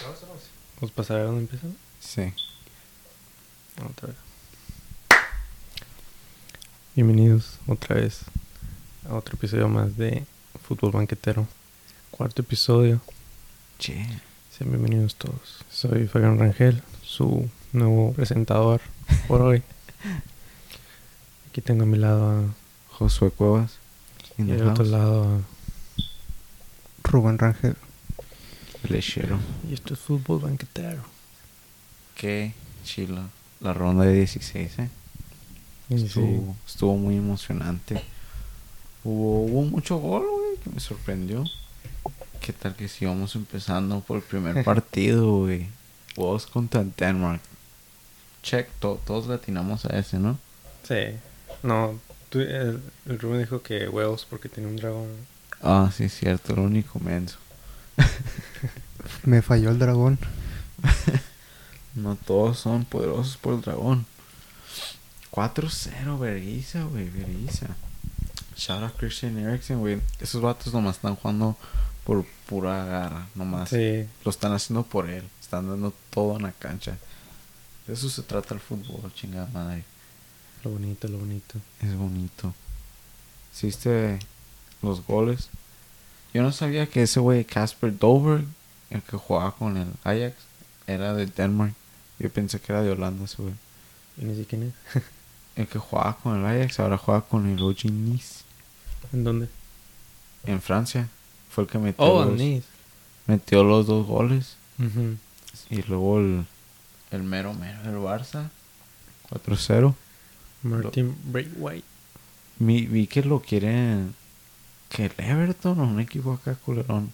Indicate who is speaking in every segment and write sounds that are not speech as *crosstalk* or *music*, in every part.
Speaker 1: pasamos?
Speaker 2: ¿Vamos a pasar a dónde empiezan?
Speaker 3: Sí.
Speaker 2: Otra vez. Bienvenidos otra vez a otro episodio más de Fútbol Banquetero. Cuarto episodio.
Speaker 3: Che.
Speaker 2: Sean bienvenidos todos. Soy Fabián Rangel, su nuevo presentador por *laughs* hoy. Aquí tengo a mi lado a,
Speaker 3: Josué Cuevas. in
Speaker 2: y
Speaker 3: the
Speaker 2: al otro
Speaker 3: house.
Speaker 2: lado a Rubén Rangel.
Speaker 3: Lechero.
Speaker 2: Y esto es Fútbol Banquetero.
Speaker 3: Qué chilo. La ronda de 16, ¿eh?
Speaker 2: Y sí,
Speaker 3: Estuvo, estuvo muy emocionante. Hubo, hubo mucho gol, güey, que me sorprendió. ¿Qué tal que si vamos empezando por
Speaker 2: *laughs*
Speaker 3: el primer partido, güey? Wolves contra Denmark. Check, to- todos latinamos a ese, ¿no?
Speaker 2: Sí. No, tú- el, el Rubén dijo que huevos porque tiene un dragón.
Speaker 3: Ah, sí, cierto, el único menso.
Speaker 1: Me falló el dragón.
Speaker 3: No todos son poderosos por el dragón. 4-0, vergüenza, güey, vergüenza. Shout out Christian Eriksen, güey. Esos vatos nomás están jugando por pura garra, nomás.
Speaker 2: Sí.
Speaker 3: Lo están haciendo por él. Están dando todo en la cancha. De eso se trata el fútbol, chingada madre.
Speaker 2: Lo bonito, lo bonito.
Speaker 3: Es bonito. Hiciste los goles. Yo no sabía que ese güey Casper Dover, el que jugaba con el Ajax, era de Denmark. Yo pensé que era de Holanda ese güey.
Speaker 2: Y ni sé quién es. *laughs*
Speaker 3: El que jugaba con el Ajax ahora juega con el OG Nice
Speaker 2: ¿En dónde?
Speaker 3: en Francia. Fue el que metió, los,
Speaker 2: Nice.
Speaker 3: metió los dos goles. Y luego el, el mero mero del Barça. 4-0.
Speaker 2: Martin Braithwaite.
Speaker 3: Mi- vi que lo quieren. Que el Everton o un equipo acá culerón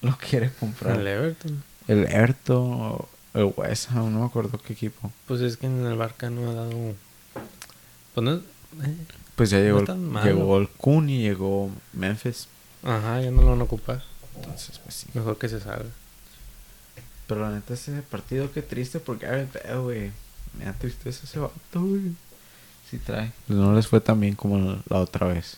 Speaker 3: lo quiere comprar.
Speaker 2: El Everton.
Speaker 3: El Everton o el West Ham, no me acuerdo qué equipo.
Speaker 2: Pues es que en el Barca no ha dado. Pues no. eh,
Speaker 3: Pues ya llegó,
Speaker 2: No
Speaker 3: el-
Speaker 2: tan malo.
Speaker 3: llegó el Kun y llegó Memphis.
Speaker 2: Ajá, ya no lo van a ocupar.
Speaker 3: Entonces, pues sí.
Speaker 2: Mejor que se salga.
Speaker 3: Pero la neta, ese partido, qué triste por Gareth Bale, güey. Me da tristeza ese vato, güey. Sí trae. Pues no les fue tan bien como la, la otra vez.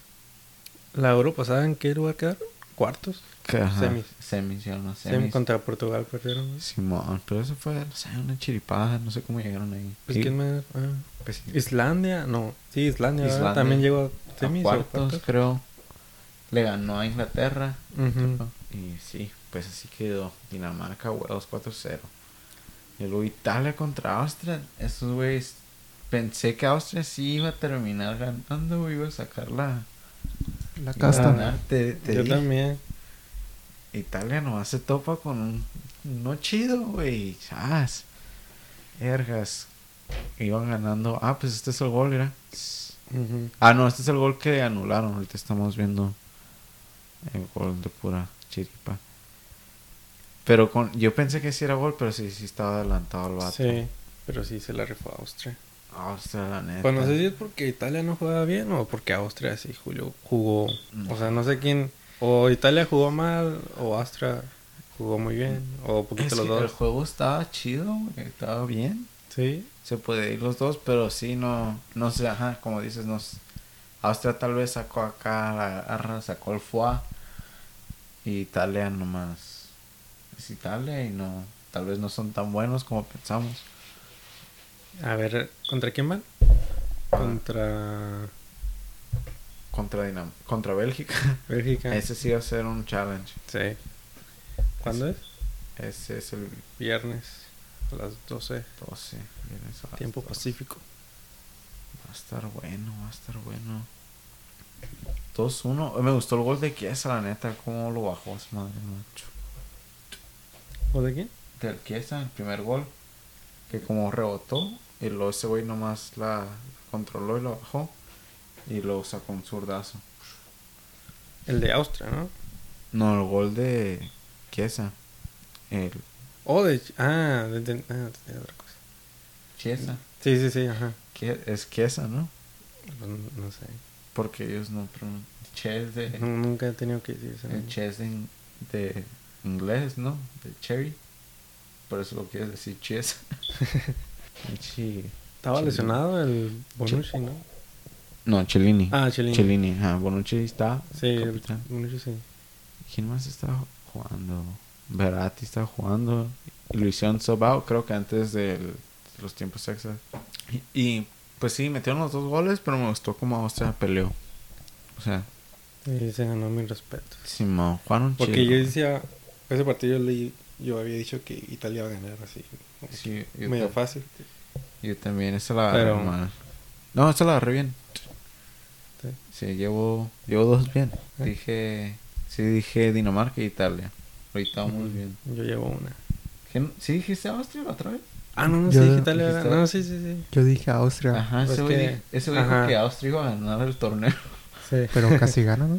Speaker 2: La Euro pasada en qué lugar quedaron? Cuartos.
Speaker 3: Que, ajá,
Speaker 2: Semis.
Speaker 3: Semis, ya no,
Speaker 2: Semi
Speaker 3: semis.
Speaker 2: contra Portugal perdieron. ¿no? Pues,
Speaker 3: Simón, pero eso fue, no sé, una chiripada. No sé cómo llegaron ahí.
Speaker 2: Pues
Speaker 3: Y-
Speaker 2: quién más. Ah,
Speaker 3: pues sí.
Speaker 2: Islandia, no. Sí, Islandia, ¿verdad?
Speaker 3: Islandia.
Speaker 2: También llegó a
Speaker 3: A
Speaker 2: semis o
Speaker 3: cuartos,
Speaker 2: cuartos.
Speaker 3: creo. Le ganó a Inglaterra.
Speaker 2: Ujú.
Speaker 3: Y sí, pues así quedó. Dinamarca, Wales 4-0. Y luego Italia contra Austria. Esos güeyes. Pensé que Austria sí iba a terminar ganando, güey. Iba a sacar la.
Speaker 1: La
Speaker 3: iba a
Speaker 1: casta.
Speaker 3: ganar, te- te
Speaker 2: Ah, Yo
Speaker 3: dije.
Speaker 2: también.
Speaker 3: Italia nomás se topa con un. No chido, güey. Chas. Ergas. Iban ganando. Ah, pues este es el gol, era.
Speaker 2: Ujú.
Speaker 3: Ah, no, este es el gol que anularon. Ahorita estamos viendo el gol de pura chiripa. Pero con, yo pensé que sí era gol, pero sí, sí estaba adelantado el vato.
Speaker 2: Sí, pero sí se la rifó a Austria.
Speaker 3: Austria, la neta.
Speaker 2: Pues no sé si es porque Italia no jugaba bien o porque Austria sí Julio jugó.
Speaker 3: Mm.
Speaker 2: O sea, no sé quién. O Italia jugó mal o Austria jugó muy bien. O
Speaker 3: Es
Speaker 2: poquito
Speaker 3: que
Speaker 2: los
Speaker 3: el
Speaker 2: dos.
Speaker 3: juego estaba chido, güey, estaba bien.
Speaker 2: Sí.
Speaker 3: Se puede ir los dos, pero sí, no, no sé, ajá, como dices, no sé. Austria tal vez sacó acá la garra, sacó el foie. Y Italia nomás. Es Italia y no, tal vez no son tan buenos como pensamos.
Speaker 2: A ver, ¿contra quién van? Contra
Speaker 3: Contra Dinam contra Bélgica.
Speaker 2: Bélgica.
Speaker 3: Ese sí va a ser un challenge.
Speaker 2: Sí. ¿Cuándo es?
Speaker 3: Ese es el
Speaker 2: Viernes a las 12.
Speaker 3: 12. viernes a las
Speaker 2: Tiempo
Speaker 3: 12.
Speaker 2: Pacífico.
Speaker 3: Va a estar bueno, va a estar bueno. 2-1. Eh, Me gustó el gol de Kiesa, la neta. ¿Cómo lo bajó esa madre macho?
Speaker 2: ¿O de quién?
Speaker 3: Del Kiesa, el primer gol. Que como rebotó. Y luego ese güey nomás la controló y la bajó. Y lo sacó un zurdazo.
Speaker 2: El de Austria, ¿no?
Speaker 3: No, el gol de Kiesa. El
Speaker 2: O de. Ah, de, de- ah, tenía otra cosa.
Speaker 3: Kiesa.
Speaker 2: Sí, sí, sí, ajá.
Speaker 3: Es Kiesa, ¿no?
Speaker 2: Pues No, no sé.
Speaker 3: Porque ellos no pronuncian. Ches de.
Speaker 2: No- nunca he tenido que decir eso.
Speaker 3: El ches de, in- de inglés, ¿no? De cherry. Por eso lo quieres
Speaker 2: *laughs*
Speaker 3: decir ches. Pinche-
Speaker 2: Estaba
Speaker 3: Chile.
Speaker 2: lesionado el Bonucci, ¿no?
Speaker 3: No, Cellini.
Speaker 2: Ah, Chelini.
Speaker 3: Cellini. Ah, Bonucci está.
Speaker 2: Sí, el
Speaker 3: capitán.
Speaker 2: Bonucci sí.
Speaker 3: ¿Quién más está jugando? Verratti está jugando. Y lo hicieron sub out, creo que antes del- de los tiempos extras. Y, y, pues sí, metieron los dos goles, pero me gustó cómo Austria peleó. O sea,
Speaker 2: Y se ganó mi respeto.
Speaker 3: sí, mo, jugaron chido.
Speaker 2: Porque yo decía, ese partido yo, leí, yo había dicho que Italia iba a ganar así. como que
Speaker 3: Sí, yo,
Speaker 2: medio
Speaker 3: ta-
Speaker 2: fácil.
Speaker 3: yo también, esa la
Speaker 2: Pero-
Speaker 3: agarré mal. No, esa la agarré bien.
Speaker 2: Sí.
Speaker 3: Sí, llevo, llevo dos bien.
Speaker 2: Ah.
Speaker 3: Dije, sí, dije Dinamarca e Italia. Ahorita vamos bien.
Speaker 2: Yo llevo una.
Speaker 3: ¿Qué- ¿Sí dijiste Austria la otra vez?
Speaker 2: Ah, no, no,
Speaker 1: Yo-
Speaker 2: sí, dije Italia iba a
Speaker 3: dijiste-
Speaker 2: ganar. No, sí, sí, sí.
Speaker 1: Yo dije Austria,
Speaker 3: Ajá, ese
Speaker 2: pues
Speaker 3: güey
Speaker 2: que-
Speaker 3: di- ese güey dijo
Speaker 2: ajá.
Speaker 3: que Austria iba a ganar el torneo. *laughs*
Speaker 2: Sí.
Speaker 1: pero casi gana, ¿no?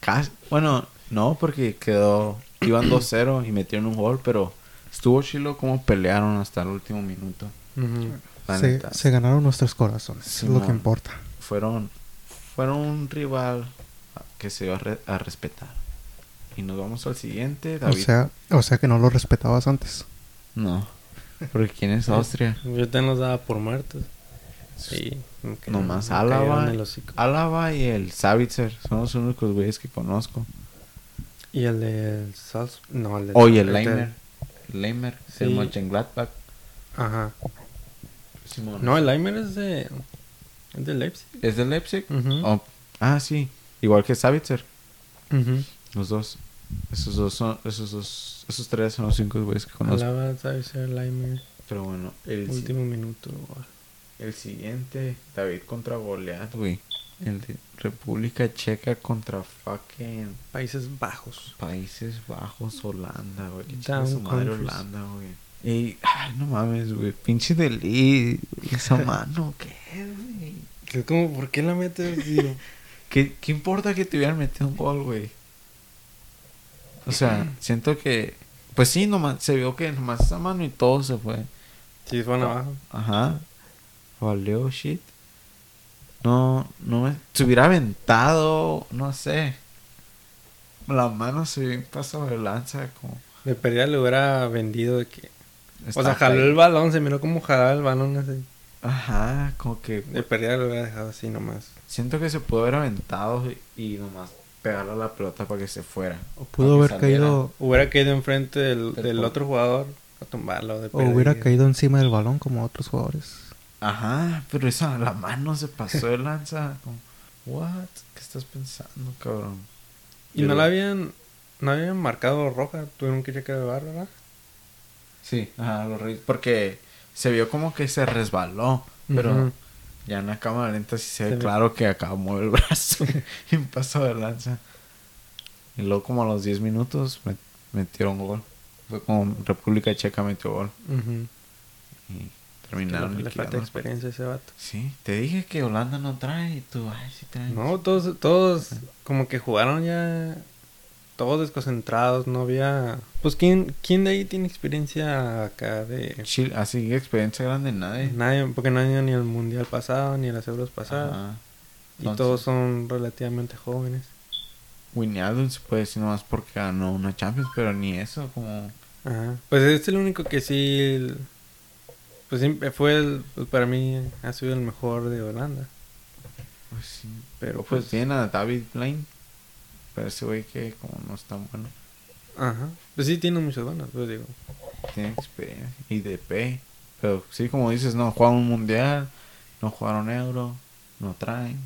Speaker 3: Casi- Bueno, no, porque quedó. Iban 2-0 y metieron un gol, pero estuvo chilo como pelearon hasta el último minuto.
Speaker 2: Ujú.
Speaker 3: *laughs* La
Speaker 1: Se,
Speaker 3: neta.
Speaker 1: se ganaron nuestros corazones, es lo
Speaker 3: Simón.
Speaker 1: que importa.
Speaker 3: Fueron, fueron un rival que se iba a, re- a respetar. Y nos vamos al siguiente,
Speaker 1: O
Speaker 3: David.
Speaker 1: sea, o sea que no lo respetabas antes.
Speaker 3: no, porque ¿quién es Austria?
Speaker 2: Yo te los daba por muertos. Sí. me cayeron-
Speaker 3: Nomás
Speaker 2: me cayeron
Speaker 3: Álava.
Speaker 2: el hocico.
Speaker 3: Álava y el Savitzer son los únicos güeyes que conozco.
Speaker 2: Y el de Salz... No, el de...
Speaker 3: Oye, el
Speaker 2: de-
Speaker 3: Leimer. El Leimer,
Speaker 2: Sí.
Speaker 3: el Mönchengladbach.
Speaker 2: Ajá.
Speaker 3: Simón.
Speaker 2: No, el Leimer es de... Es de Leipzig.
Speaker 3: ¿Es del Leipzig?
Speaker 2: Ujú.
Speaker 3: Oh, ah, sí. Igual que Savitzer.
Speaker 2: Ujú.
Speaker 3: Los dos. Esos dos son, esos dos, esos tres son los cinco güeyes que conozco.
Speaker 2: Alaba, Savitzer, Leimer.
Speaker 3: Pero bueno, el, si-
Speaker 2: Último minuto.
Speaker 3: el siguiente, David contra Goliath, güey. El de República Checa contra fucking
Speaker 2: Países Bajos.
Speaker 3: Países Bajos, Holanda, güey. Que
Speaker 2: Down
Speaker 3: chingue su madre
Speaker 2: countries.
Speaker 3: Holanda, güey. Y, ay, no mames, güey. Pinche Delhi,
Speaker 2: *laughs*
Speaker 3: esa mano, ¿qué es, güey?
Speaker 2: Es como, ¿por qué la metes? Digo,
Speaker 3: ¿Qué, qué importa que te hubieran metido un gol, güey? O sea, siento que. Pues sí, nomás, se vio que nomás esa mano y todo se fue.
Speaker 2: *laughs* sí, van abajo.
Speaker 3: Ajá. Valió shit. No, no me. Se hubiera aventado, no sé. La mano se vio un paso de lanza, como.
Speaker 2: De pérdida le hubiera vendido de que... O sea,
Speaker 3: Está
Speaker 2: jaló
Speaker 3: feo.
Speaker 2: el balón, se miró como jalaba el balón así.
Speaker 3: Ajá, como que.
Speaker 2: De pérdida lo hubiera dejado así nomás.
Speaker 3: Siento que se pudo haber aventado y, y nomás pegarle a la pelota para que se fuera.
Speaker 1: O
Speaker 3: que
Speaker 1: pudo haber
Speaker 3: saliera.
Speaker 1: caído,
Speaker 2: Hubiera caído enfrente del,
Speaker 3: Del
Speaker 2: del
Speaker 3: palo.
Speaker 2: otro jugador a tumbarlo de
Speaker 1: o hubiera
Speaker 2: pérdida.
Speaker 1: caído encima del balón como otros jugadores.
Speaker 3: Ajá, pero esa la mano se pasó de lanza. Como, What? ¿Qué estás pensando, cabrón?
Speaker 2: Y no la habían... No habían marcado roja. Tuvieron que checar el bar, ¿verdad?
Speaker 3: Sí, ajá, los Reyes. Porque se vio como que se resbaló. Pero
Speaker 2: Ujú.
Speaker 3: ya en la cámara lenta sí se ve
Speaker 2: Se ve.
Speaker 3: claro que acabó el *laughs* brazo y un paso de lanza. Y luego, como a los 10 minutos, met- metieron gol. Fue como República Checa metió gol.
Speaker 2: Ujú.
Speaker 3: Y
Speaker 2: Que
Speaker 3: terminaron.
Speaker 2: le- le falta
Speaker 3: liquidando.
Speaker 2: experiencia a ese vato.
Speaker 3: Sí, te dije que Holanda no trae y tú, ay, sí trae.
Speaker 2: No, todos, todos como que jugaron ya todos desconcentrados, no había... Pues ¿quién, quién de ahí tiene experiencia acá de...
Speaker 3: Chile, así experiencia grande nadie.
Speaker 2: Nadie, porque no han ido ni al Mundial pasado, ni a las Euros pasadas.
Speaker 3: Ajá.
Speaker 2: Y
Speaker 3: Entonces-
Speaker 2: todos son relativamente jóvenes.
Speaker 3: Wijnaldum se puede decir nomás porque ganó una Champions, pero ni eso, como...
Speaker 2: Ajá. Pues es el único que sí... el- Pues sí, fue el... pues, para mí ha sido el mejor de Holanda.
Speaker 3: Pues, sí.
Speaker 2: Pero
Speaker 3: Pues,
Speaker 2: pues...
Speaker 3: tienen a David Blaine, pero ese güey que como no es tan bueno,
Speaker 2: Ajá. Pues sí tiene muchas buenas, pues digo.
Speaker 3: tiene experiencia. Y DP, pero sí, como dices, no jugaron un Mundial, no jugaron Euro, no traen.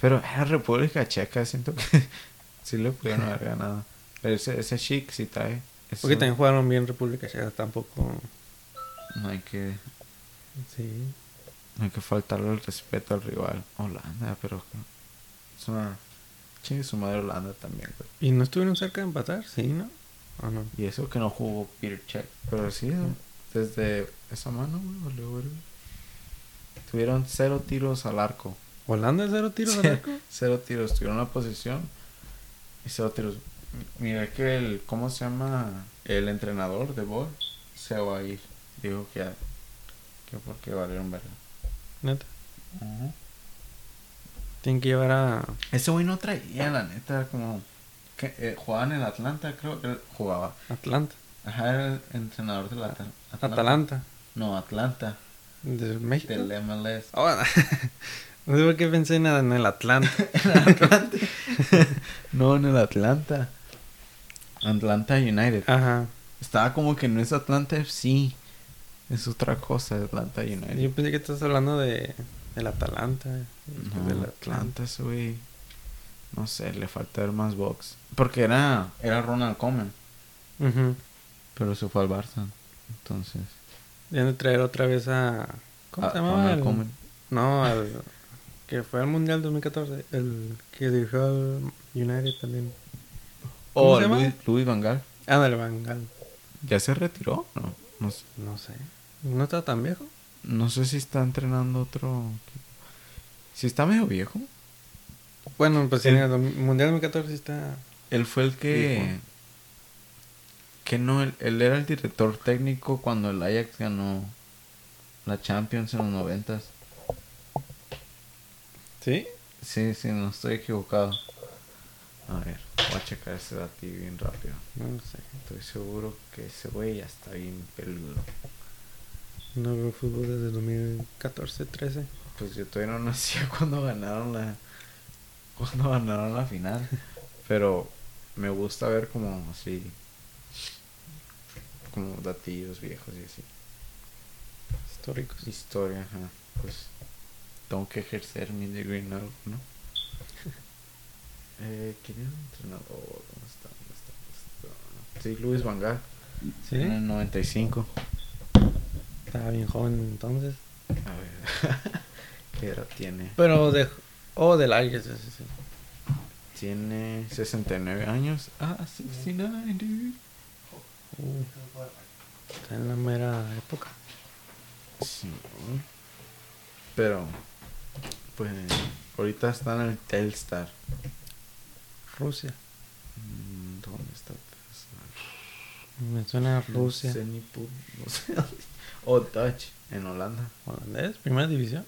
Speaker 3: Pero *laughs* era República Checa, siento que *laughs* sí le pudieron haber ganado. Pero ese, ese chic sí trae. Eso
Speaker 2: Porque también jugaron bien República Checa, tampoco...
Speaker 3: No hay que
Speaker 2: Sí.
Speaker 3: No hay que faltarle el respeto al rival. Holanda, pero. Es una. Chingue su madre Holanda también, güey.
Speaker 2: ¿Y no estuvieron cerca de empatar? Sí, ¿no? ¿O no?
Speaker 3: Y eso que no jugó Peter Check. Pero sí, desde esa mano, güey, valió, güey. Tuvieron cero tiros al arco.
Speaker 2: ¿Holanda cero tiros al arco?
Speaker 3: Cero tiros. Tuvieron la posición y cero tiros. M- Mira que el. ¿Cómo se llama? El entrenador de Ball se va a ir. Dijo que. ya- Que porque valieron verga.
Speaker 2: Neta. Tienen que llevar a...
Speaker 3: Ese güey no traía, la neta, era como... Que, eh, jugaba en el Atlanta, creo que él jugaba.
Speaker 2: Atlanta.
Speaker 3: Ajá, era el entrenador del Atal- Atlanta.
Speaker 2: Atalanta.
Speaker 3: No, Atlanta,
Speaker 2: De México.
Speaker 3: del MLS.
Speaker 2: Ahora. *laughs* no sé por qué pensé en, en el
Speaker 3: *laughs*
Speaker 2: Atlanta.
Speaker 3: no, en el Atlanta. Atlanta United.
Speaker 2: Ajá.
Speaker 3: Estaba como que no es Atlanta FC. Es otra cosa, Atlanta United.
Speaker 2: Yo pensé que estás hablando de del Atalanta.
Speaker 3: No,
Speaker 2: del
Speaker 3: Atlanta, ese güey. No sé, le falta ver más box. Porque era, era Ronald Coleman,
Speaker 2: Ujú.
Speaker 3: pero se fue al Barça. Entonces,
Speaker 2: Ya han de traer otra vez a. ¿Cómo
Speaker 3: a-
Speaker 2: se llamaba?
Speaker 3: Ronald
Speaker 2: El-
Speaker 3: Koeman.
Speaker 2: No, al. Que fue al Mundial 2014. El que dirigió al United también. Ah, ¿Cómo
Speaker 3: O
Speaker 2: se llama?
Speaker 3: Luis, Luvis Oh, Van Gaal.
Speaker 2: Ándale, Van Gaal.
Speaker 3: ¿Ya se retiró? No, no, s-
Speaker 2: No sé. ¿No está tan viejo?
Speaker 3: no sé si está entrenando otro. equipo. Si está medio viejo.
Speaker 2: Bueno, pues
Speaker 3: El-
Speaker 2: en el dom- Mundial 2014 sí está.
Speaker 3: Él fue el que.
Speaker 2: Viejo.
Speaker 3: Que no, él, él era el director técnico cuando el Ajax ganó la Champions en los noventas.
Speaker 2: ¿Sí?
Speaker 3: Sí, sí, no estoy equivocado. A ver, voy a checar ese dato bien rápido.
Speaker 2: No lo sé.
Speaker 3: Estoy seguro que ese güey ya está bien peludo.
Speaker 2: No veo fútbol desde 2014, 13.
Speaker 3: Pues yo todavía no *laughs* nacía cuando ganaron la... Cuando ganaron la final. Pero me gusta ver como así... Como datillos viejos y así.
Speaker 2: Históricos.
Speaker 3: Historia, ajá. Pues tengo que ejercer mi degree en algo, ¿no? eh, ¿Quién era el entrenador? ¿Dónde está? ¿Dónde está? ¿Dónde está? Sí, Luis Van Gaal.
Speaker 2: ¿Sí?
Speaker 3: En el 95.
Speaker 2: Estaba bien joven entonces.
Speaker 3: A ver. *laughs* ¿Qué edad tiene?
Speaker 2: Pero de. Oh, del Ajax, sí, sí, sí.
Speaker 3: Tiene 69 años. Ah, 69, dude.
Speaker 2: Uh, está en la mera época.
Speaker 3: Sí. Pero, pues, ahorita está en el Telstar.
Speaker 2: Rusia.
Speaker 3: Mm, ¿Dónde está Telstar?
Speaker 2: Me suena a Rusia.
Speaker 3: No sé ni pu- no sé dónde. O Dutch, en Holanda.
Speaker 2: ¿Holandés? ¿Primera división?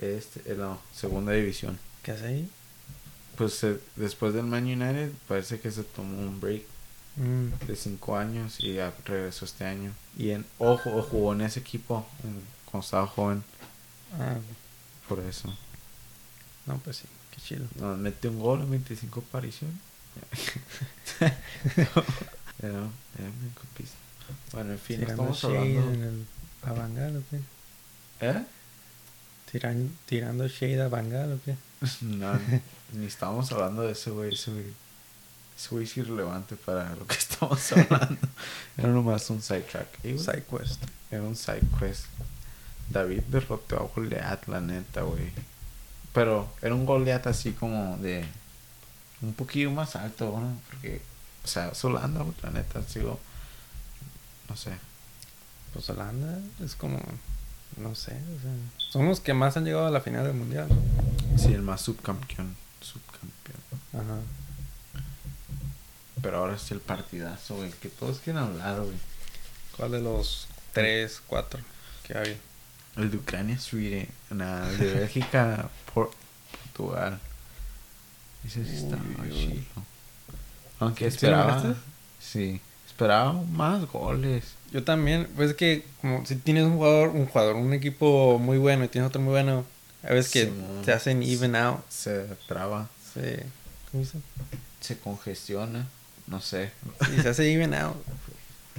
Speaker 3: Este, eh, no, segunda división.
Speaker 2: ¿Qué hace ahí?
Speaker 3: Pues eh, después del Man United, parece que se tomó un break
Speaker 2: Mm,
Speaker 3: de 5 años y ya regresó este año. Y en ojo, o jugó en ese equipo en- cuando estaba joven,
Speaker 2: Ah,
Speaker 3: por eso.
Speaker 2: no, pues sí. Qué chido.
Speaker 3: No, mete un gol en 25 apariciones. *laughs* Pero, era muy copista. Bueno, en fin,
Speaker 2: Tirando
Speaker 3: estamos
Speaker 2: shade en
Speaker 3: hablando.
Speaker 2: el, a Bangal, ¿o qué?
Speaker 3: ¿Eh?
Speaker 2: Tiran- tirando shade a Bangal, ¿o qué?
Speaker 3: Pues, No, ni estábamos hablando de ese güey. Ese güey, ese güey es irrelevante para lo que *laughs* estamos hablando. Era nomás un sidetrack. ¿eh, güey?
Speaker 2: Sidequest.
Speaker 3: Era un side quest. David derrotó a Goliath, la neta, güey. Pero era un Goliath así como de. Un poquillo más alto, ¿no? Porque. O sea, es Holanda, güey, la neta, sigo. No sé.
Speaker 2: Pues Holanda es como. No sé. O sea, son los que más han llegado a la final del mundial.
Speaker 3: Sí, el más subcampeón. Subcampeón.
Speaker 2: Ajá.
Speaker 3: Pero ahora sí el partidazo, güey. Que todos quieren hablar, güey.
Speaker 2: ¿Cuál de los tres, cuatro que hay?
Speaker 3: El de Ucrania, Sweden. Nah, *laughs* el de Bélgica, Por- Portugal. Ese sí está
Speaker 2: Uy, uy, uy.
Speaker 3: chido.
Speaker 2: ¿Sí
Speaker 3: Aunque
Speaker 2: lo
Speaker 3: esperaba.
Speaker 2: miraste?
Speaker 3: Sí, esperaba más goles.
Speaker 2: Yo también, pues es que como si tienes un jugador, un jugador, un equipo muy bueno y tienes otro muy bueno, a veces que
Speaker 3: Simón.
Speaker 2: te hacen even out.
Speaker 3: Se traba,
Speaker 2: Se, ¿Cómo dice?
Speaker 3: se congestiona. No sé.
Speaker 2: Sí, se hace even out.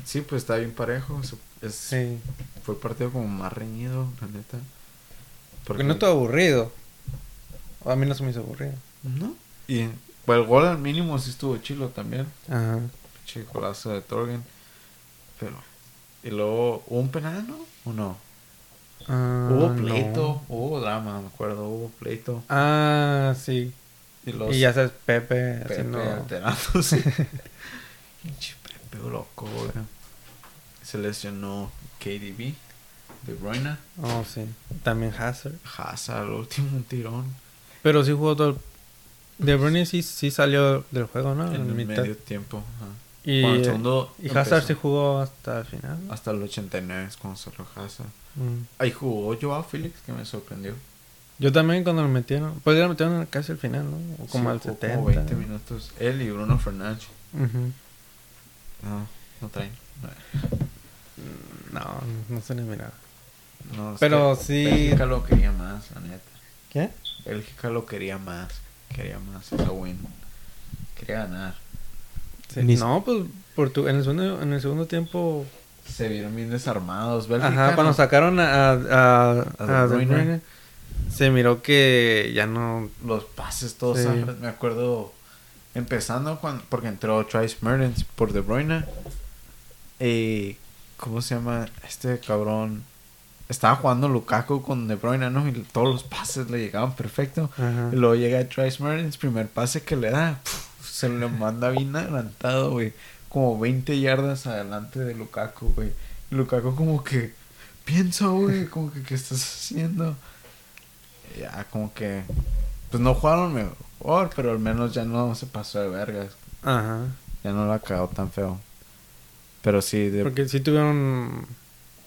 Speaker 3: Sí, pues está bien parejo. se- es-
Speaker 2: Sí.
Speaker 3: Fue el partido como más reñido, la neta.
Speaker 2: Porque no todo aburrido. O a mí no se me hizo aburrido.
Speaker 3: ¿No? Y pues, el gol al mínimo sí estuvo chilo también.
Speaker 2: Ajá.
Speaker 3: Pinche golazo de Torgen. Pero. Y luego, ¿hubo un penal, no? ¿O no?
Speaker 2: Ah,
Speaker 3: hubo
Speaker 2: no.
Speaker 3: pleito, hubo drama, me acuerdo, hubo pleito.
Speaker 2: Ah, sí.
Speaker 3: Y los
Speaker 2: Y ya sabes, Pepe,
Speaker 3: Pepe
Speaker 2: haciendo... *laughs*
Speaker 3: alterándose. Pinche Pepe loco, güey. Se lesionó KDB, De Bruyne,
Speaker 2: Oh, sí. También Hazard.
Speaker 3: Hazard, el último tirón.
Speaker 2: Pero sí jugó todo el... De Bruyne sí, sí salió del juego, ¿no?
Speaker 3: en
Speaker 2: En
Speaker 3: el
Speaker 2: Ah, mitad.
Speaker 3: medio tiempo. ajá.
Speaker 2: Y,
Speaker 3: Cuando el segundo
Speaker 2: y Hazard
Speaker 3: empezó.
Speaker 2: sí jugó hasta el final.
Speaker 3: Hasta el 89 es cuando salió Hazard.
Speaker 2: Mm.
Speaker 3: Ahí jugó Joao Félix, que me sorprendió.
Speaker 2: Yo también cuando lo metieron, pues ya lo metieron casi al final, ¿no? O como
Speaker 3: Sí,
Speaker 2: al
Speaker 3: jugó
Speaker 2: 70.
Speaker 3: Como 20 minutos. Él y Bruno Fernández.
Speaker 2: Ujú.
Speaker 3: No, no traen. No,
Speaker 2: No, no se les miraba.
Speaker 3: no, es
Speaker 2: Pero
Speaker 3: que
Speaker 2: sí-
Speaker 3: Bélgica lo quería más, la neta.
Speaker 2: ¿Qué?
Speaker 3: Bélgica lo quería más. Quería más esa win. Quería ganar.
Speaker 2: Sí,
Speaker 1: Ni-
Speaker 2: No, pues Portu- en, el segundo, en el segundo tiempo.
Speaker 3: Se vieron bien desarmados.
Speaker 2: Ajá, cuando sacaron a, a, a-
Speaker 3: A
Speaker 2: a De
Speaker 3: De Bruyne.
Speaker 2: Bruyne, se miró que ya no.
Speaker 3: Los pases todos.
Speaker 2: Sí.
Speaker 3: zafras. Me acuerdo empezando cuando, porque entró Trice Mertens por De Bruyne. Eh, ¿Cómo se llama? Este cabrón. Estaba jugando Lukaku con De Bruyne, ¿no? Y todos los pases le llegaban perfecto.
Speaker 2: Ajá.
Speaker 3: Y luego llega Trice Mertens, primer pase que le da, pf, se lo manda bien adelantado, güey. Como 20 yardas adelante de Lukaku, güey. Y Lukaku como que piensa, güey, como que qué estás haciendo. Y Ya, como que pues no jugaron mejor, pero al menos ya no se pasó de vergas.
Speaker 2: Ajá.
Speaker 3: Ya no la cagó tan feo. Pero sí, de
Speaker 2: Porque sí tuvieron.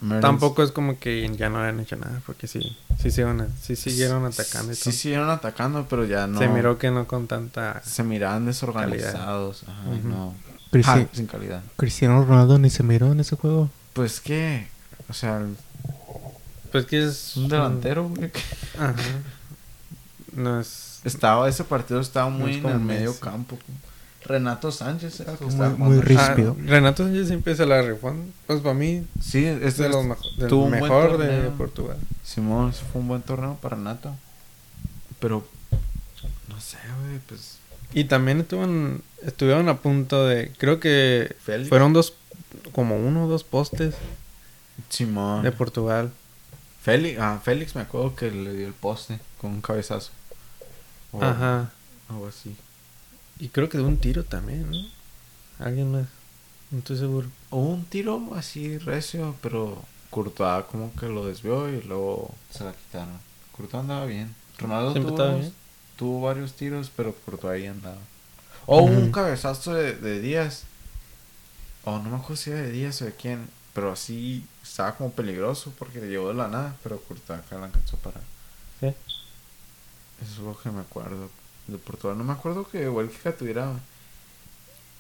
Speaker 3: Mertens-
Speaker 2: Tampoco es como que ya no habían hecho nada, porque sí, sí, siguieron, sí siguieron atacando. Y
Speaker 3: Sí
Speaker 2: todo.
Speaker 3: siguieron atacando, pero ya no.
Speaker 2: Se miró que no con tanta.
Speaker 3: se miraban desorganizados. Ajá, y
Speaker 2: Ujú.
Speaker 3: no.
Speaker 1: Cristi-
Speaker 3: Ja, sin calidad.
Speaker 1: Cristiano Ronaldo ni se miró en ese juego.
Speaker 3: Pues que, o sea,
Speaker 2: Pues que es.
Speaker 3: es un delantero, güey. que-
Speaker 2: Ajá. No es.
Speaker 3: Estaba, ese partido estaba
Speaker 2: No es
Speaker 3: muy en
Speaker 2: como
Speaker 3: el medio
Speaker 2: Messi.
Speaker 3: campo. güey. Renato Sánchez era el que
Speaker 1: Muy-
Speaker 3: estaba
Speaker 1: muy
Speaker 3: jugando.
Speaker 1: rígido.
Speaker 2: Ah,
Speaker 1: Ríspido.
Speaker 2: Renato Sánchez siempre se la rifó. Pues para mí
Speaker 3: Sí,
Speaker 2: es
Speaker 3: este
Speaker 2: de los
Speaker 3: este-
Speaker 2: mejo- del
Speaker 3: tuvo un buen
Speaker 2: mejor de
Speaker 3: torneo.
Speaker 2: Portugal.
Speaker 3: Simón, ese fue un buen torneo para Renato. Pero, no sé, güey, pues.
Speaker 2: Y también estuvieron, estuvieron a punto de. Creo que
Speaker 3: Félix.
Speaker 2: fueron dos. Como uno o dos postes
Speaker 3: Simón.
Speaker 2: de Portugal.
Speaker 3: Félix, ah, Félix me acuerdo que le dio el poste con un cabezazo. O
Speaker 2: Ajá.
Speaker 3: Algo así.
Speaker 2: Y creo que de un tiro también, ¿no? Alguien más. No estoy seguro.
Speaker 3: O un tiro así recio, pero Courtois como que lo desvió y luego se la quitaron. Courtois andaba bien. Ronaldo
Speaker 2: Siempre
Speaker 3: tuvo,
Speaker 2: estaba
Speaker 3: unos-
Speaker 2: bien.
Speaker 3: tuvo varios tiros, pero Courtois ahí andaba. O hubo un
Speaker 1: Ujú.
Speaker 3: cabezazo de, de Díaz. O no me acuerdo si era de Díaz o de quién. Pero así estaba como peligroso porque le llegó de la nada, pero Courtois acá la alcanzó para...
Speaker 2: Sí.
Speaker 3: Eso es lo que me acuerdo de Portugal. No me acuerdo que Bélgica tuviera...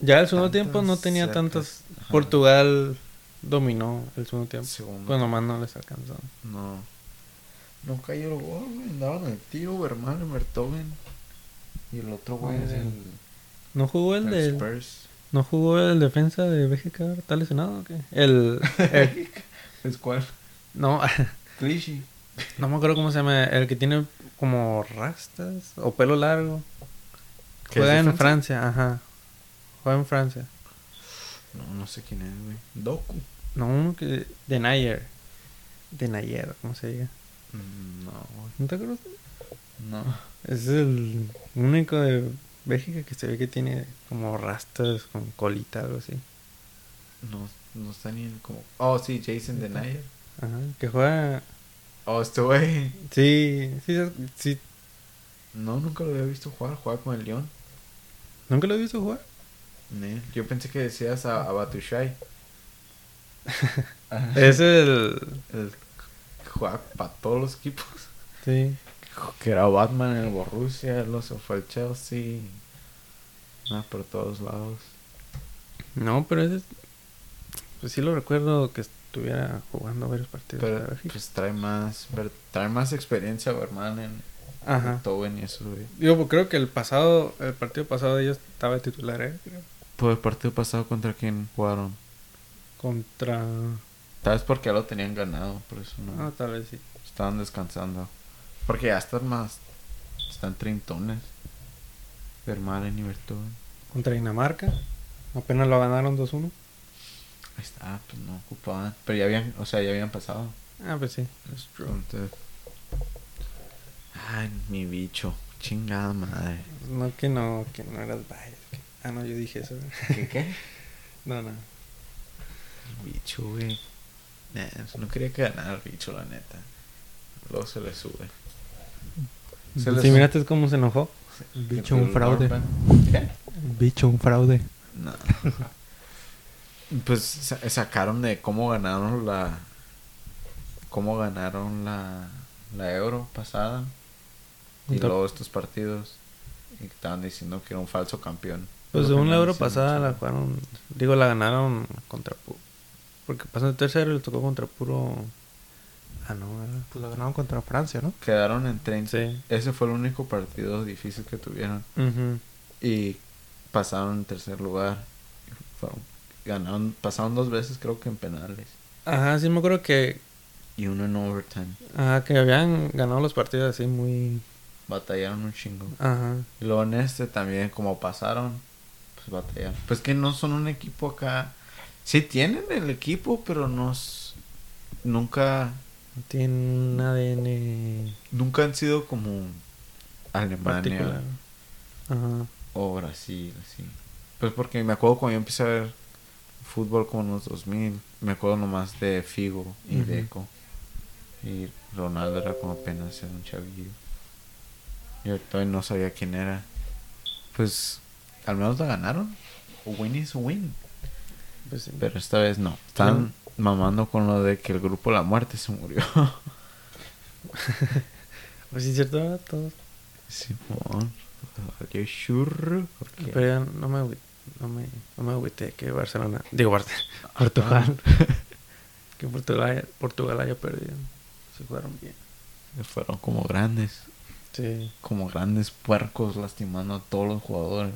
Speaker 2: Ya el segundo
Speaker 3: Tantas
Speaker 2: tiempo no tenía
Speaker 3: cercas.
Speaker 2: tantas.
Speaker 3: Ajá.
Speaker 2: Portugal dominó el segundo tiempo.
Speaker 3: Segundo.
Speaker 2: Pues nomás no les alcanzó.
Speaker 3: No. No cayó el gol, güey. Andaban el tío, hermano, Mertogen. Y el otro güey
Speaker 2: Ah, sí.
Speaker 3: del,
Speaker 2: ¿No jugó el
Speaker 3: del
Speaker 2: de
Speaker 3: Spurs.
Speaker 2: ¿No jugó el defensa de Bélgica? ¿Está lesionado o qué? *laughs* El. el-
Speaker 3: ¿Es cuál?
Speaker 2: no, *laughs*
Speaker 3: Clichy.
Speaker 2: no me acuerdo cómo se llama. El que tiene como rastas o pelo largo.
Speaker 3: ¿Que es
Speaker 2: Juega en
Speaker 3: defensa?
Speaker 2: Francia, ajá. Juega en Francia.
Speaker 3: No, no sé quién es, güey. Doku.
Speaker 2: No, uno que. De Nayer. De Nayer, ¿cómo se diga?
Speaker 3: Mm, No, güey.
Speaker 2: ¿No te acuerdas?
Speaker 3: *laughs* No.
Speaker 2: Es el único de Bélgica que se ve que tiene como rastas con colita, algo así.
Speaker 3: No, no está ni en como. Oh, sí, Jason Denayer.
Speaker 2: Ajá. Que juega.
Speaker 3: Oh, este güey.
Speaker 2: Sí, sí, sí, sí.
Speaker 3: No, nunca lo había visto jugar. Jugaba con el León.
Speaker 2: ¿Nunca lo he visto jugar?
Speaker 3: Ne. Yo pensé que decías a, a Batushai.
Speaker 2: Es el.
Speaker 3: El que jugaba para todos los equipos.
Speaker 2: Sí.
Speaker 3: que era Batman en el Borussia, luego se fue al Chelsea. Ah, por todos lados.
Speaker 2: No, pero ese. Pues sí lo recuerdo que estuviera jugando varios partidos.
Speaker 3: Pero
Speaker 2: de Bélgica.
Speaker 3: pues trae más, ver- trae más experiencia Batman en
Speaker 2: Ajá.
Speaker 3: Toben y eso, güey.
Speaker 2: Yo pues, creo que el pasado, el partido pasado de ellos estaba de titular, ¿eh? Creo.
Speaker 3: Por el partido pasado contra quién jugaron.
Speaker 2: Contra.
Speaker 3: Tal vez porque ya lo tenían ganado, por eso no.
Speaker 2: Ah, tal vez sí.
Speaker 3: Estaban descansando. Porque ya están más. Están treintones. Vermaelen y Vertogen.
Speaker 2: Contra Dinamarca. Apenas lo ganaron 2-1.
Speaker 3: Ahí está, pues no ocupaban. Pero ya habían, o sea, ya habían pasado.
Speaker 2: Ah, pues sí.
Speaker 3: Entonces, Ay, mi bicho. Chingada madre.
Speaker 2: No, que no, que no eras Bayern. que- Ah, no, yo dije eso. *laughs* ¿verdad?
Speaker 3: ¿Qué qué?
Speaker 2: No, no.
Speaker 3: El bicho, güey. Nah, no quería que ganara el bicho, la neta. Luego se le sube. Se le
Speaker 2: Si
Speaker 3: sube.
Speaker 2: miraste cómo se enojó.
Speaker 1: Bicho, un fraude.
Speaker 3: ¿Qué?
Speaker 1: Bicho, un fraude.
Speaker 3: No. *laughs* pues sa- sacaron de cómo ganaron la. Cómo ganaron la. La euro pasada. Y
Speaker 2: Contra-
Speaker 3: luego estos partidos. Y que estaban diciendo que era un falso campeón.
Speaker 2: Pues
Speaker 3: Lo que
Speaker 2: según la
Speaker 3: no
Speaker 2: euro
Speaker 3: dicen
Speaker 2: pasada
Speaker 3: mucho.
Speaker 2: la jugaron, digo, la ganaron contra puro. Porque pasó el tercero y le tocó contra puro. Ah, no, era-
Speaker 1: Pues lo ganaron contra Francia, ¿no?
Speaker 3: Quedaron en 30.
Speaker 2: Sí.
Speaker 3: Ese fue el único partido difícil que tuvieron.
Speaker 2: Ujú.
Speaker 3: Y pasaron en tercer lugar. Fueron- ganaron, pasaron dos veces creo que en penales.
Speaker 2: Ajá, sí me acuerdo que,
Speaker 3: Y uno en overtime.
Speaker 2: ajá, que habían ganado los partidos así muy...
Speaker 3: Batallaron un chingo.
Speaker 2: Ajá.
Speaker 3: Y luego en este también, como pasaron, pues batallaron. Pues que no son un equipo acá. Sí tienen el equipo, pero no... s- Nunca...
Speaker 2: No tienen un ADN
Speaker 3: Nunca han sido como Alemania
Speaker 2: particular. Ajá.
Speaker 3: o Brasil, así. Pues porque me acuerdo cuando yo empecé a ver fútbol como en los 2000, me acuerdo nomás de Figo y
Speaker 2: Ujú.
Speaker 3: Deco. Y Ronaldo era como apenas era un chavillo. Yo todavía no sabía quién era. Pues al menos la ganaron. A Win is a win.
Speaker 2: Pues sí.
Speaker 3: Pero esta vez no. Están mamando con lo de que el grupo La Muerte se murió. *laughs*
Speaker 2: Pues sí, cierto, ah, todos.
Speaker 3: Simón. Valió churro. porque-
Speaker 2: Pero ya no me, agü- no me, no me agüité que Barcelona... Digo, Bar- Portugal. *laughs* que Portugal, haya- Portugal haya perdido. Se jugaron bien.
Speaker 3: Se fueron como grandes.
Speaker 2: Sí.
Speaker 3: como grandes puercos lastimando a todos los jugadores.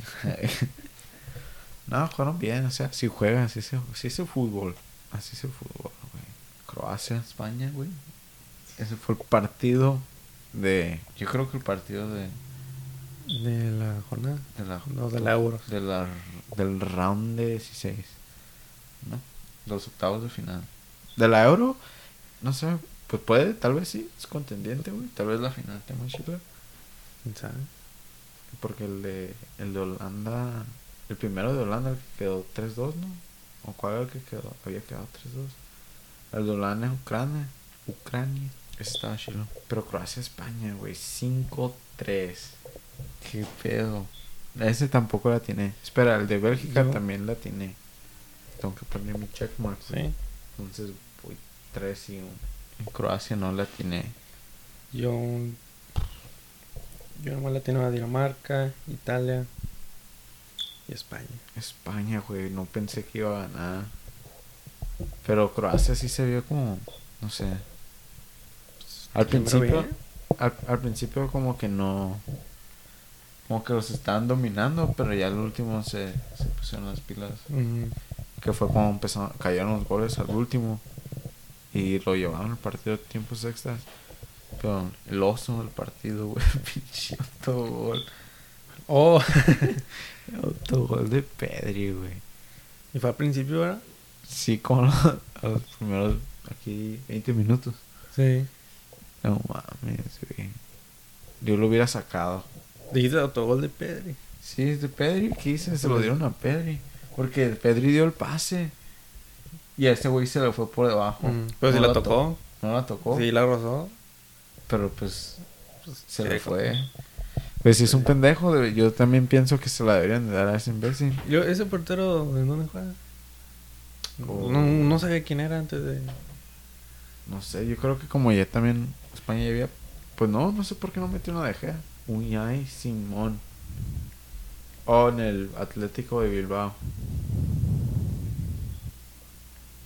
Speaker 3: *laughs* no, jugaron bien, o sea, si juegan, así se, así se fútbol. Así se fútbol, güey. Croacia, España, güey. Ese fue el partido de. Yo creo que el partido de.
Speaker 2: De la jornada.
Speaker 3: De la.
Speaker 2: No, de la Euros.
Speaker 3: de la- del round de 16. ¿No? Los octavos de final. De la Euro, no sé, pues puede, tal vez sí, es contendiente, güey. Tal vez la final esté muy chida.
Speaker 2: ¿Quién sabe?
Speaker 3: Porque el de, el de Holanda, el primero de Holanda, el que quedó 3-2, ¿no? ¿O cuál era el que quedó? Había quedado 3-2. El de Holanda es Ucrania. Ucrania. Ese estaba chido. Pero Croacia-España, güey. 5-3. Qué pedo. Ese tampoco la tiene. Espera, el de Bélgica
Speaker 2: No.
Speaker 3: también la tiene. Tengo que poner mi checkmark.
Speaker 2: Sí.
Speaker 3: Entonces, voy 3 y 1. En Croacia no la tiene.
Speaker 2: Yo. Yo nomás latino a Dinamarca, Italia y España.
Speaker 3: España, güey, no pensé que iba a ganar. Pero Croacia sí se vio como, no sé. Al
Speaker 2: Primero
Speaker 3: principio,
Speaker 2: bien.
Speaker 3: al, al principio como que no, como que los estaban dominando, pero ya al último se, se pusieron las pilas.
Speaker 2: Ujú.
Speaker 3: Que fue como empezaron, cayeron los goles al último y lo llevaron al partido a tiempos extras. Pero el oso del partido, güey, *laughs* pinche autogol.
Speaker 2: Oh, *laughs*
Speaker 3: Autogol de Pedri, güey.
Speaker 2: y fue al principio, ¿verdad?
Speaker 3: Sí, como *laughs* lo- a los primeros aquí 20 minutos.
Speaker 2: Sí.
Speaker 3: No mames, güey. Yo lo hubiera sacado.
Speaker 2: Dijiste autogol de Pedri.
Speaker 3: Sí, es de Pedri, ¿qué hice? Se lo dieron a Pedri. Porque Pedri dio el pase. Y a este güey se le fue por debajo.
Speaker 2: Mm, Pero
Speaker 3: No
Speaker 2: si la
Speaker 3: la
Speaker 2: tocó,
Speaker 3: No la tocó.
Speaker 2: si la rozó,
Speaker 3: Pero pues
Speaker 2: pues,
Speaker 3: se
Speaker 2: sí,
Speaker 3: le
Speaker 2: fue.
Speaker 3: fue. Pues si es un pendejo, de- yo también pienso que se la deberían de dar a ese imbécil.
Speaker 2: Yo, ¿Ese portero en dónde juega?
Speaker 3: Oh.
Speaker 2: No, no sabía quién era antes de.
Speaker 3: No sé, yo creo que como ya también España ya había... Pues no, no sé por qué no metió una de Gea. Unai Simón. O en el Atlético de Bilbao.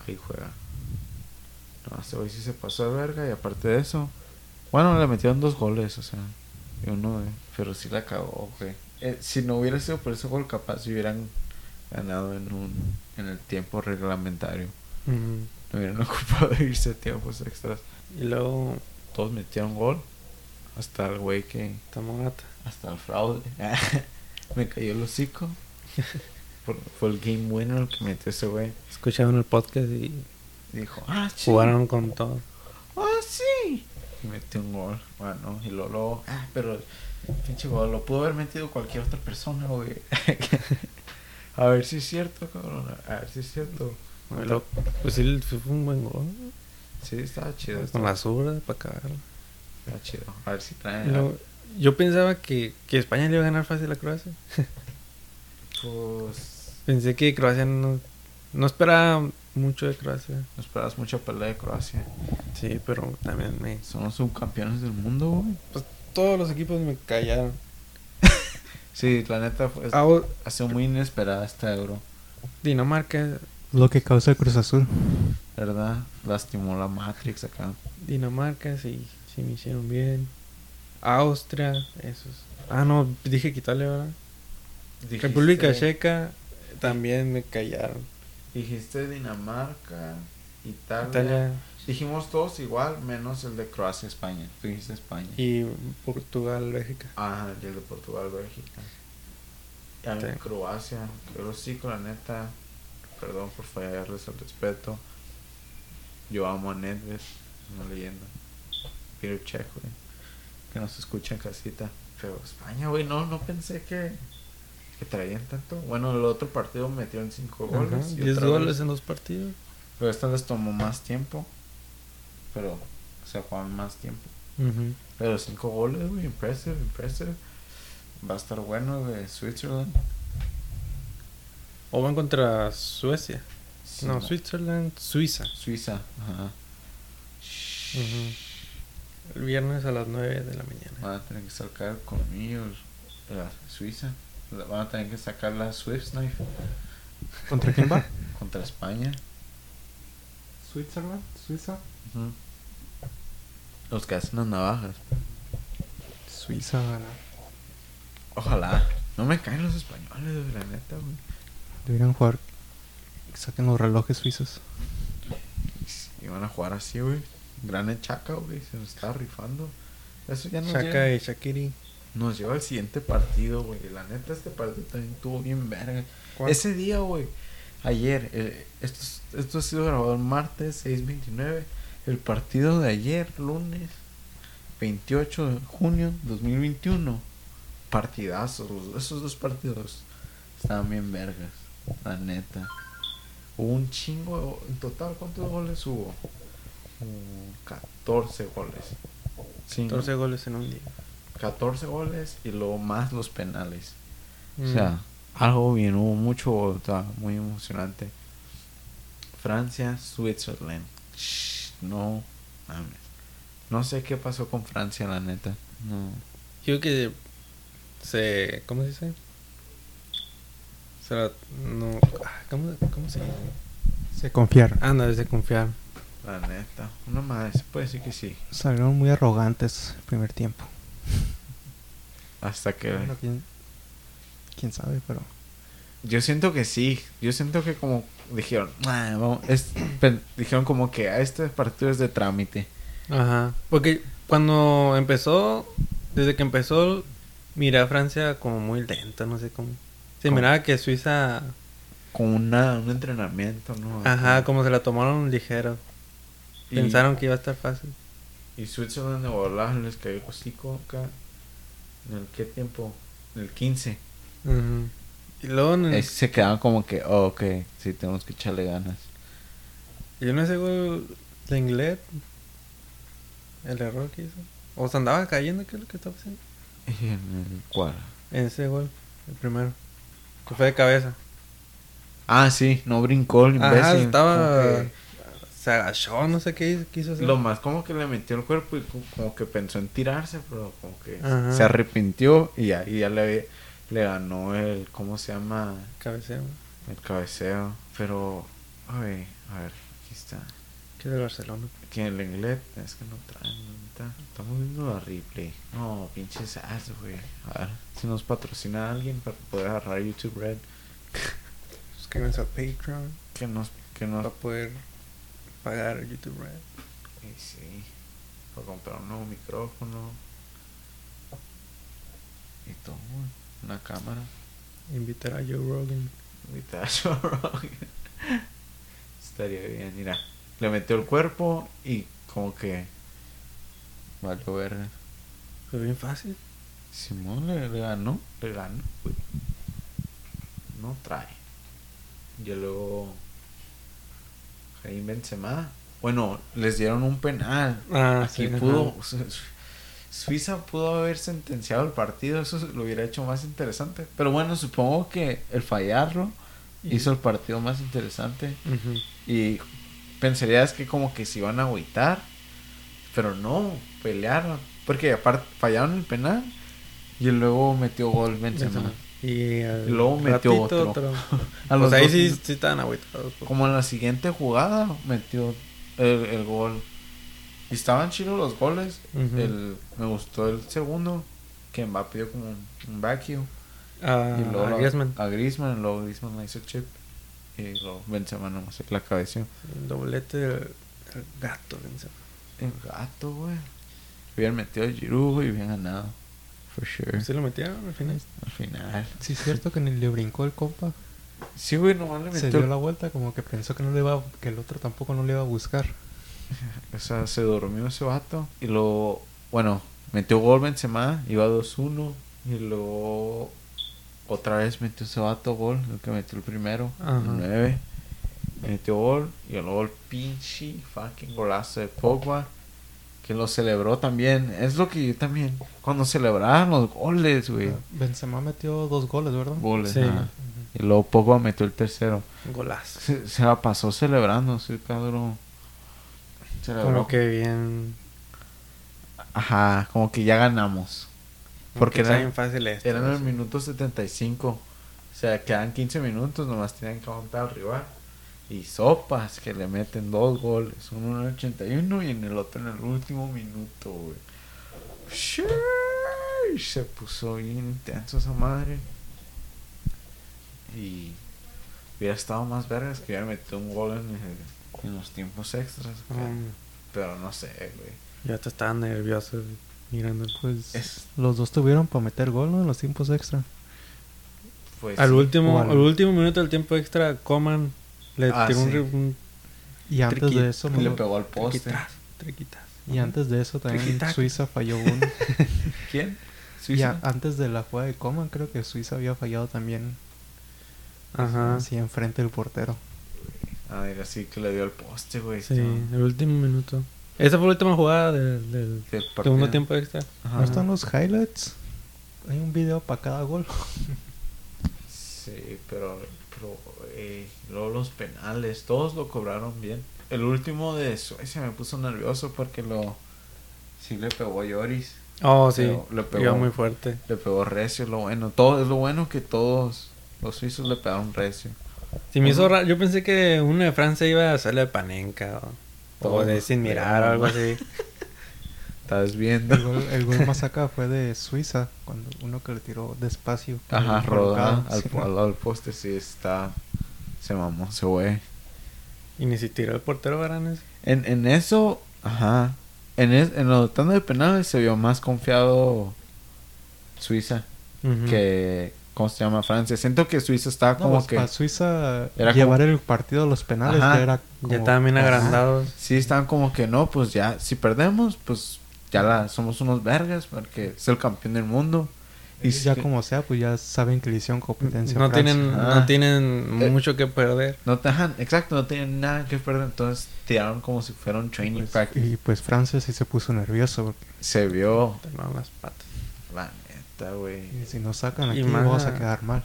Speaker 3: Ahí juega. No, este hoy sí se pasó de verga y aparte de eso... Bueno, le metieron dos goles, o sea... Y uno de... Pero sí la cagó, güey. Eh, si no hubiera sido por ese gol, capaz hubieran ganado en un... En el tiempo reglamentario.
Speaker 2: Ujú.
Speaker 3: No hubieran *laughs* ocupado de irse a tiempos extras.
Speaker 2: Y luego,
Speaker 3: Todos metieron gol. Hasta el güey que.
Speaker 2: Tamagata.
Speaker 3: Hasta el fraude. *laughs* Me cayó el hocico. Fue- Fue el game bueno el que metió ese güey.
Speaker 2: Escucharon el podcast y
Speaker 3: Dijo, ah, sí.
Speaker 2: jugaron con todo.
Speaker 3: Ah, sí. Y metió un gol. Bueno, y luego, luego, ah, pero el pinche gol lo pudo haber metido cualquier otra persona, güey. *laughs* a ver si es cierto, cabrón. A ver si es cierto.
Speaker 2: Y luego, pues sí, fue un buen gol.
Speaker 3: Sí, estaba chido.
Speaker 2: Con
Speaker 3: Estaba,
Speaker 2: la zurda para acabar.
Speaker 3: estaba chido. A ver si traen.
Speaker 2: yo pensaba que, que España le iba a ganar fácil a *laughs* Croacia.
Speaker 3: Pues.
Speaker 2: Pensé que Croacia no, no esperaba mucho de Croacia.
Speaker 3: No esperabas mucha pelea de Croacia.
Speaker 2: Sí, pero también me...
Speaker 3: Son los subcampeones del mundo, güey.
Speaker 2: Todos los equipos me callaron.
Speaker 3: Sí, la neta fue,
Speaker 2: Ah, o-
Speaker 3: ha sido muy inesperada esta euro,
Speaker 2: Dinamarca,
Speaker 1: Lo que causa el Cruz Azul.
Speaker 3: ¿verdad? Lastimó la Matrix acá.
Speaker 2: Dinamarca, sí, sí me hicieron bien. Austria, esos. Ah, no, dije que Italia, ¿verdad? República Checa, También me callaron.
Speaker 3: Dijiste Dinamarca, Italia.
Speaker 2: Italia
Speaker 3: Dijimos todos igual, menos el de Croacia, España. Tú dijiste España.
Speaker 2: y Portugal, Bélgica.
Speaker 3: Ah, y el de Portugal, Bélgica. Y a mí
Speaker 2: Sí.
Speaker 3: Croacia, pero sí, con la neta, perdón por fallarles al respeto. Yo amo a Nedved, una leyenda. Peter Check, güey. Que nos escucha en casita. Pero España, güey, no, no pensé que, que traían tanto. Bueno, el otro partido metieron 5
Speaker 2: Ajá,
Speaker 3: goles. y
Speaker 2: 10
Speaker 3: otra vez-
Speaker 2: goles en dos partidos.
Speaker 3: Pero esta les tomó más tiempo. Pero se jugaban más tiempo. Pero cinco goles, güey, impressive, impressive. Va a estar bueno de Switzerland.
Speaker 2: O van contra Suecia. no,
Speaker 3: Suiza.
Speaker 2: Switzerland, Suiza.
Speaker 3: Suiza, ajá.
Speaker 2: El viernes a las 9 de la mañana.
Speaker 3: Van a tener que sacar colmillos la Suiza. La- Van a tener que sacar la Swiss Knife
Speaker 1: *laughs* ¿Contra quién va?
Speaker 3: contra España.
Speaker 1: Switzerland, Suiza.
Speaker 3: Ujú. Los que hacen las navajas.
Speaker 1: Suiza gana.
Speaker 3: Ojalá. No me caen los españoles, güey, la neta, güey.
Speaker 1: Deberían jugar. Que saquen los relojes suizos.
Speaker 3: Y van a jugar así, güey. Gran Chaca, güey. Se nos está rifando. Eso ya nos
Speaker 2: Shaka y Shakiri.
Speaker 3: Nos lleva al siguiente partido, güey. La neta, este partido también estuvo bien verga.
Speaker 2: ¿Cuál?
Speaker 3: Ese día, güey. Ayer. eh, esto, es- esto ha sido grabado el martes 6.29. El partido de ayer, lunes 28 de junio 2021. Partidazos. los- esos dos partidos estaban bien vergas. La neta. Hubo un chingo. de go- En total, ¿cuántos goles hubo? Como 14 goles. Chingo.
Speaker 2: 14 goles en un día.
Speaker 3: 14 goles y luego más los penales.
Speaker 2: Mm.
Speaker 3: O sea, algo bien, hubo mucho, o sea, muy emocionante. Francia, Switzerland. Shh, no, mames. No sé qué pasó con Francia, la neta. No.
Speaker 2: Yo creo que se. ¿Cómo se dice? Se la- no, ah, ¿cómo, ¿Cómo se dice?
Speaker 1: Se confiaron.
Speaker 2: Ah, no, es de confiar.
Speaker 3: La neta. Una madre, se puede decir que sí.
Speaker 1: Salieron muy arrogantes el primer tiempo.
Speaker 3: Hasta que...
Speaker 1: Bueno, quién, quién sabe, pero.
Speaker 3: Yo siento que sí. Yo siento que como dijeron... "Ah, vamos", es- pen- dijeron como que a este partido es de trámite.
Speaker 2: Ajá. Porque cuando empezó, desde que empezó, miré a Francia como muy lenta, no sé cómo. Se
Speaker 3: ¿Cómo?
Speaker 2: miraba que Suiza,
Speaker 3: Con una, un entrenamiento, ¿no?
Speaker 2: ajá, como se la tomaron ligero.
Speaker 3: Y-
Speaker 2: Pensaron que iba a estar fácil.
Speaker 3: Y Switzerland de volada les cayó el hocico acá. ¿En el qué tiempo? En el 15.
Speaker 2: Ujú. Y luego, en el-
Speaker 3: Ahí Eh, se quedaban como que, oh, ok, sí, tenemos que echarle ganas.
Speaker 2: yo no sé, güey, de inglés, el error que hizo. O se andaba cayendo, ¿qué es lo que estaba haciendo?
Speaker 3: Y en el cual.
Speaker 2: En ese gol, el primero. Que fue de cabeza.
Speaker 3: Ah, sí, no brincó el imbécil.
Speaker 2: Ajá, estaba.
Speaker 3: como
Speaker 2: Se agachó, no sé qué hizo- quiso
Speaker 3: que-
Speaker 2: hacer.
Speaker 3: Lo más como que le metió el cuerpo y co- como que pensó en tirarse, pero como que
Speaker 2: Ajá.
Speaker 3: se arrepintió y ahí ya le, le ganó el, ¿cómo se llama?
Speaker 2: Cabeceo.
Speaker 3: El cabeceo. Pero, a ver, a ver, aquí está.
Speaker 2: Que es del Barcelona.
Speaker 3: Que el inglés es que no traen, ahorita. Estamos viendo la replay. No, pinches ads, güey. A ver, si nos patrocina alguien para poder agarrar YouTube Red.
Speaker 2: Suscríbanse a Patreon
Speaker 3: Que nos. Que
Speaker 2: para
Speaker 3: nos.
Speaker 2: poder pagar YouTube Red.
Speaker 3: y sí. Para comprar un nuevo micrófono. Y todo, güey. Una cámara.
Speaker 2: Invitar a Joe Rogan.
Speaker 3: Invitar *laughs* a Joe Rogan. Estaría bien, mira. Le metió el cuerpo y como que. Vale, verga.
Speaker 2: Fue bien fácil.
Speaker 3: Simón le, le ganó. Le ganó, güey. No trae. Y luego. Jaime Benzema. Bueno, les dieron un penal.
Speaker 2: Ah,
Speaker 3: Aquí pudo. Su- Su- Suiza pudo haber sentenciado el partido. Eso lo hubiera hecho más interesante. Pero bueno, supongo que el fallarlo hizo el partido más interesante. Y pensarías que como que se iban a agüitar. Pero no, pelearon. Porque aparte fallaron el penal. Y luego metió gol Benzema.
Speaker 2: Y al
Speaker 3: Y luego metió
Speaker 2: ratito
Speaker 3: otro. *laughs* A
Speaker 2: Pues
Speaker 3: los
Speaker 2: ahí
Speaker 3: dos
Speaker 2: sí,
Speaker 3: minutos.
Speaker 2: sí estaban agüitados. pues.
Speaker 3: Como en la siguiente jugada metió el, el gol. Y estaban chidos los goles.
Speaker 2: Ujú.
Speaker 3: el, me gustó el segundo. Que Mbappé dio como un, un vacuum.
Speaker 2: A,
Speaker 3: Y luego
Speaker 2: a
Speaker 3: lo-
Speaker 2: Ah, Griezmann.
Speaker 3: A Griezmann, y luego Griezmann le hizo chip. Y luego Benzema nomás la cabeza.
Speaker 2: El doblete del, del gato, Benzema.
Speaker 3: El gato, güey. Hubieran metido a Giroud güey, y hubieran ganado. For sure.
Speaker 2: ¿Sí lo metieron al final?
Speaker 3: Al final.
Speaker 1: Sí, es cierto que ni le brincó el compa.
Speaker 3: Sí, güey, nomás le
Speaker 1: Se
Speaker 3: metió.
Speaker 1: dio la vuelta como que pensó que no le iba a- que el otro tampoco no le iba a buscar.
Speaker 3: O sea, se durmió ese vato. Y luego, bueno, metió gol Benzema, iba 2-1. Y luego, otra vez metió ese vato gol, el que metió el primero,
Speaker 2: Ajá.
Speaker 3: el 9. Metió gol, y luego el pinche fucking golazo de Pogba. Que lo celebró también. Es lo que yo también. Cuando celebraban los goles, güey.
Speaker 1: Benzema metió dos goles, ¿verdad?
Speaker 3: Goles,
Speaker 2: Sí.
Speaker 3: ajá. Y luego Pogba metió el tercero.
Speaker 2: Golazo.
Speaker 3: Se, se la pasó celebrando, sí, cabrón. Celebró.
Speaker 2: Como que bien.
Speaker 3: Ajá, como que ya ganamos. Porque
Speaker 2: Porque está
Speaker 3: eran-
Speaker 2: bien fácil pues. esto.
Speaker 3: Eran el
Speaker 2: sí.
Speaker 3: minuto 75. O sea, quedan 15 minutos, nomás tenían que aguantar al rival. Y sopas que le meten dos goles, uno en el 81 y en el otro en el último minuto, güey. Sheesh, Se puso bien intenso esa madre. Y hubiera estado más vergas que hubiera metido un gol en, el- en los tiempos extras. güey.
Speaker 2: Mm,
Speaker 3: Pero no sé, güey.
Speaker 2: ya te estaba nervioso güey, mirando.
Speaker 1: Pues
Speaker 3: Es-
Speaker 1: los dos tuvieron para meter gol ¿no? en los tiempos extra.
Speaker 3: Pues,
Speaker 2: al último,
Speaker 1: Bueno.
Speaker 2: al último minuto del tiempo extra, Coman le
Speaker 3: Ah,
Speaker 2: tiró un
Speaker 3: sí.
Speaker 2: re- un,
Speaker 1: Y antes
Speaker 2: triqui-
Speaker 1: de eso,
Speaker 3: le
Speaker 1: ¿no?
Speaker 3: pegó al poste.
Speaker 2: triquitas, triquitas.
Speaker 1: y antes de eso también
Speaker 2: Triqui-tac.
Speaker 1: Suiza
Speaker 3: *laughs*
Speaker 1: falló uno.
Speaker 3: ¿Quién?
Speaker 1: y
Speaker 3: Suiza.
Speaker 1: a- antes de la jugada de Coman creo que Suiza había fallado también.
Speaker 2: Ajá. Sí,
Speaker 1: Así enfrente del portero.
Speaker 3: Ah, era así que le dio al poste, güey. ¿no?
Speaker 2: el último minuto. Esa fue la última jugada del, del
Speaker 3: Del
Speaker 2: segundo
Speaker 3: partido.
Speaker 2: tiempo extra.
Speaker 3: Ajá.
Speaker 1: ¿No están los highlights? Hay un video para cada gol.
Speaker 3: Sí, pero, pero eh, luego los penales, todos lo cobraron bien. El último de Suecia me puso nervioso porque lo... Sí le pegó a Lloris.
Speaker 2: Oh, sí.
Speaker 3: Pero le pegó.
Speaker 2: Iba muy fuerte.
Speaker 3: Le pegó recio, lo bueno. Todo, es lo bueno que todos los suizos le pegaron recio.
Speaker 2: Sí, me hizo
Speaker 3: Ujú.
Speaker 2: ra- Yo pensé que uno de Francia iba a hacerle de panenca o, o
Speaker 3: Todo.
Speaker 2: de sin mirar o algo
Speaker 3: *laughs*
Speaker 2: así.
Speaker 3: Estás
Speaker 1: *laughs*
Speaker 3: viendo.
Speaker 1: El gol, el gol más acá fue de Suiza, cuando uno que le tiró despacio. con
Speaker 3: Ajá,
Speaker 1: el
Speaker 3: rodada
Speaker 1: volcado,
Speaker 3: al,
Speaker 1: sí.
Speaker 3: al lado del poste, sí está... Se mamó, se güey.
Speaker 2: Y ni si tiró el portero Varanes.
Speaker 3: En, en eso, ajá. En, es- en lo tanto de penales se vio más confiado Suiza que, ¿cómo se llama? Francia. Siento que Suiza estaba
Speaker 1: No,
Speaker 3: como
Speaker 1: pues,
Speaker 3: que...
Speaker 1: para Suiza
Speaker 3: Era
Speaker 1: llevar el partido a los penales
Speaker 3: Ajá,
Speaker 1: ya era como-
Speaker 2: Ya estaban
Speaker 3: Ah.
Speaker 2: bien
Speaker 1: Ajá.
Speaker 2: agrandados.
Speaker 3: Sí, estaban como que no, pues ya, si perdemos, pues ya la, somos unos vergas porque es el campeón del mundo. Y
Speaker 1: Y ya
Speaker 3: si-
Speaker 1: como sea, pues ya saben que le hicieron competencia. a
Speaker 2: No
Speaker 1: Francia.
Speaker 2: tienen,
Speaker 3: Ah.
Speaker 2: no tienen
Speaker 3: Eh.
Speaker 2: mucho que perder.
Speaker 3: No, te- ajá, exacto, no tenían nada que perder, entonces tiraron como si fuera un training
Speaker 1: Pues,
Speaker 3: practice.
Speaker 1: y pues Francia sí se puso nervioso porque
Speaker 3: Se vio,
Speaker 2: Te lavan las patas.
Speaker 3: la neta, güey.
Speaker 1: si nos sacan
Speaker 2: Y
Speaker 1: aquí
Speaker 2: más-
Speaker 1: vamos a quedar mal.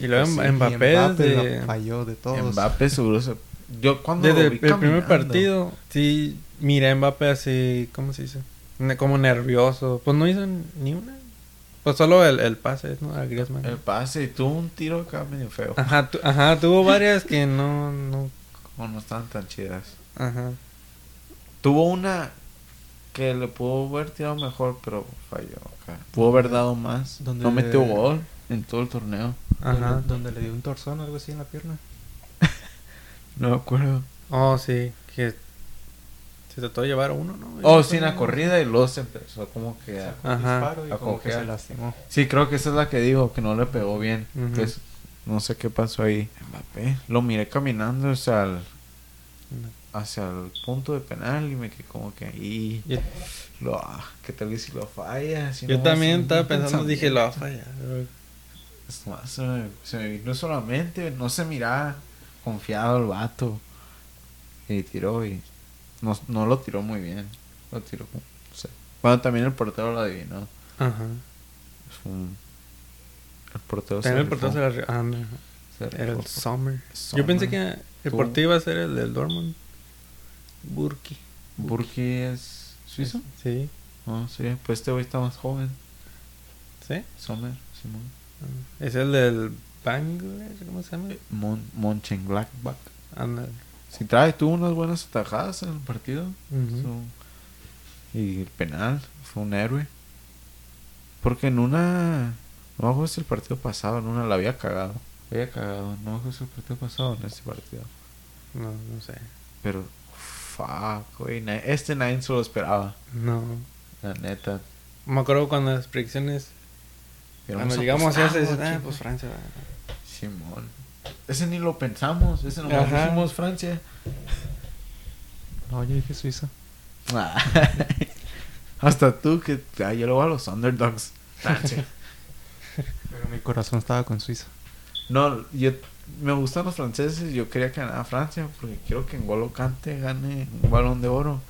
Speaker 2: Y luego
Speaker 3: Pues
Speaker 2: Mb-
Speaker 3: sí,
Speaker 1: Y
Speaker 2: Mbappé, desde-
Speaker 1: la falló de todos.
Speaker 3: Mbappé seguro se... Yo cuando lo
Speaker 2: desde el,
Speaker 3: vi
Speaker 2: el primer
Speaker 3: caminando-
Speaker 2: partido, sí, mira a Mbappé así, ¿cómo se dice? Ne- Como nervioso. Pues no hizo ni una. Pues solo el, el pase, ¿no? A Griezmann.
Speaker 3: El Eh, pase y tuvo un tiro acá medio feo.
Speaker 2: Ajá, tu- ajá, tuvo varias que no, no.
Speaker 3: Como no estaban tan chidas.
Speaker 2: Ajá.
Speaker 3: Tuvo una que le pudo haber tirado mejor, pero falló acá. Pudo haber dado más.
Speaker 1: Donde-
Speaker 3: No metió gol en todo el torneo.
Speaker 2: Ajá.
Speaker 1: Donde, donde le dio un torzón o algo así en la pierna.
Speaker 3: No me acuerdo.
Speaker 2: Oh, sí, que se trató de llevar a uno, ¿no?
Speaker 3: Oh, sí, en la corrida y luego se empezó como que... a-
Speaker 2: Ajá.
Speaker 1: Disparo y
Speaker 3: A
Speaker 1: como que
Speaker 3: cojear.
Speaker 1: se lastimó.
Speaker 3: Sí, creo que esa es la que digo, que no le pegó bien.
Speaker 2: Ujú.
Speaker 3: Entonces, no sé qué pasó ahí. Mbappé. Lo miré caminando hacia el, hacia el punto de penal y me quedé como que ahí...
Speaker 2: Yo,
Speaker 3: Lo, ah, ¿Qué tal y si lo falla? Si
Speaker 2: yo
Speaker 3: no,
Speaker 2: también
Speaker 3: es
Speaker 2: estaba
Speaker 3: un
Speaker 2: pensando, dije,
Speaker 3: pensamiento.
Speaker 2: lo va a fallar. pero
Speaker 3: Es más, se me, se me vino solamente, no se miraba confiado el vato. Y tiró y no, no lo tiró muy bien. Lo tiró como- no sé. Bueno, también el portero lo adivinó.
Speaker 2: Ajá.
Speaker 3: Fue un- el portero
Speaker 2: También el
Speaker 3: rifó.
Speaker 2: portero se la ri- Ah, no.
Speaker 3: Se
Speaker 2: Era el
Speaker 3: rifó.
Speaker 2: Summer.
Speaker 3: Sommer.
Speaker 2: Yo pensé que el
Speaker 3: Tú.
Speaker 2: partido iba a ser el del Dortmund. Burki.
Speaker 3: Burki es suizo.
Speaker 2: Sí.
Speaker 3: No, sí, pues este güey está más joven.
Speaker 2: ¿Sí?
Speaker 3: Sommer, Simón.
Speaker 2: Ah. Es el del Bangladesh, ¿cómo se llama?
Speaker 3: Eh, Mon, Mönchengladbach.
Speaker 2: Ándale.
Speaker 3: Si trae, tuvo unas buenas atajadas en el partido.
Speaker 2: Ujú.
Speaker 3: Su- Y el penal fue un héroe. Porque en una. No me acuerdo si el partido pasado en una la había cagado. Había cagado. No me acuerdo si el partido pasado en este partido.
Speaker 2: No, no sé.
Speaker 3: Pero, fuck, güey. na- Este nadie se lo esperaba.
Speaker 2: No.
Speaker 3: La neta.
Speaker 2: Me acuerdo cuando las predicciones. Cuando llegamos a ese, ah, pues Francia. va a ganar".
Speaker 3: Simón. Ese ni lo pensamos. Ese nomás
Speaker 2: Ajá.
Speaker 3: dijimos Francia. *laughs*
Speaker 1: No, yo dije Suiza.
Speaker 3: Hasta tú que ah, yo lo voy a los underdogs. Francia.
Speaker 1: Pero mi corazón estaba con Suiza.
Speaker 3: no, yo me gustan los franceses. Yo quería que ganara Francia porque quiero que N'Golo Kante gane un balón de oro.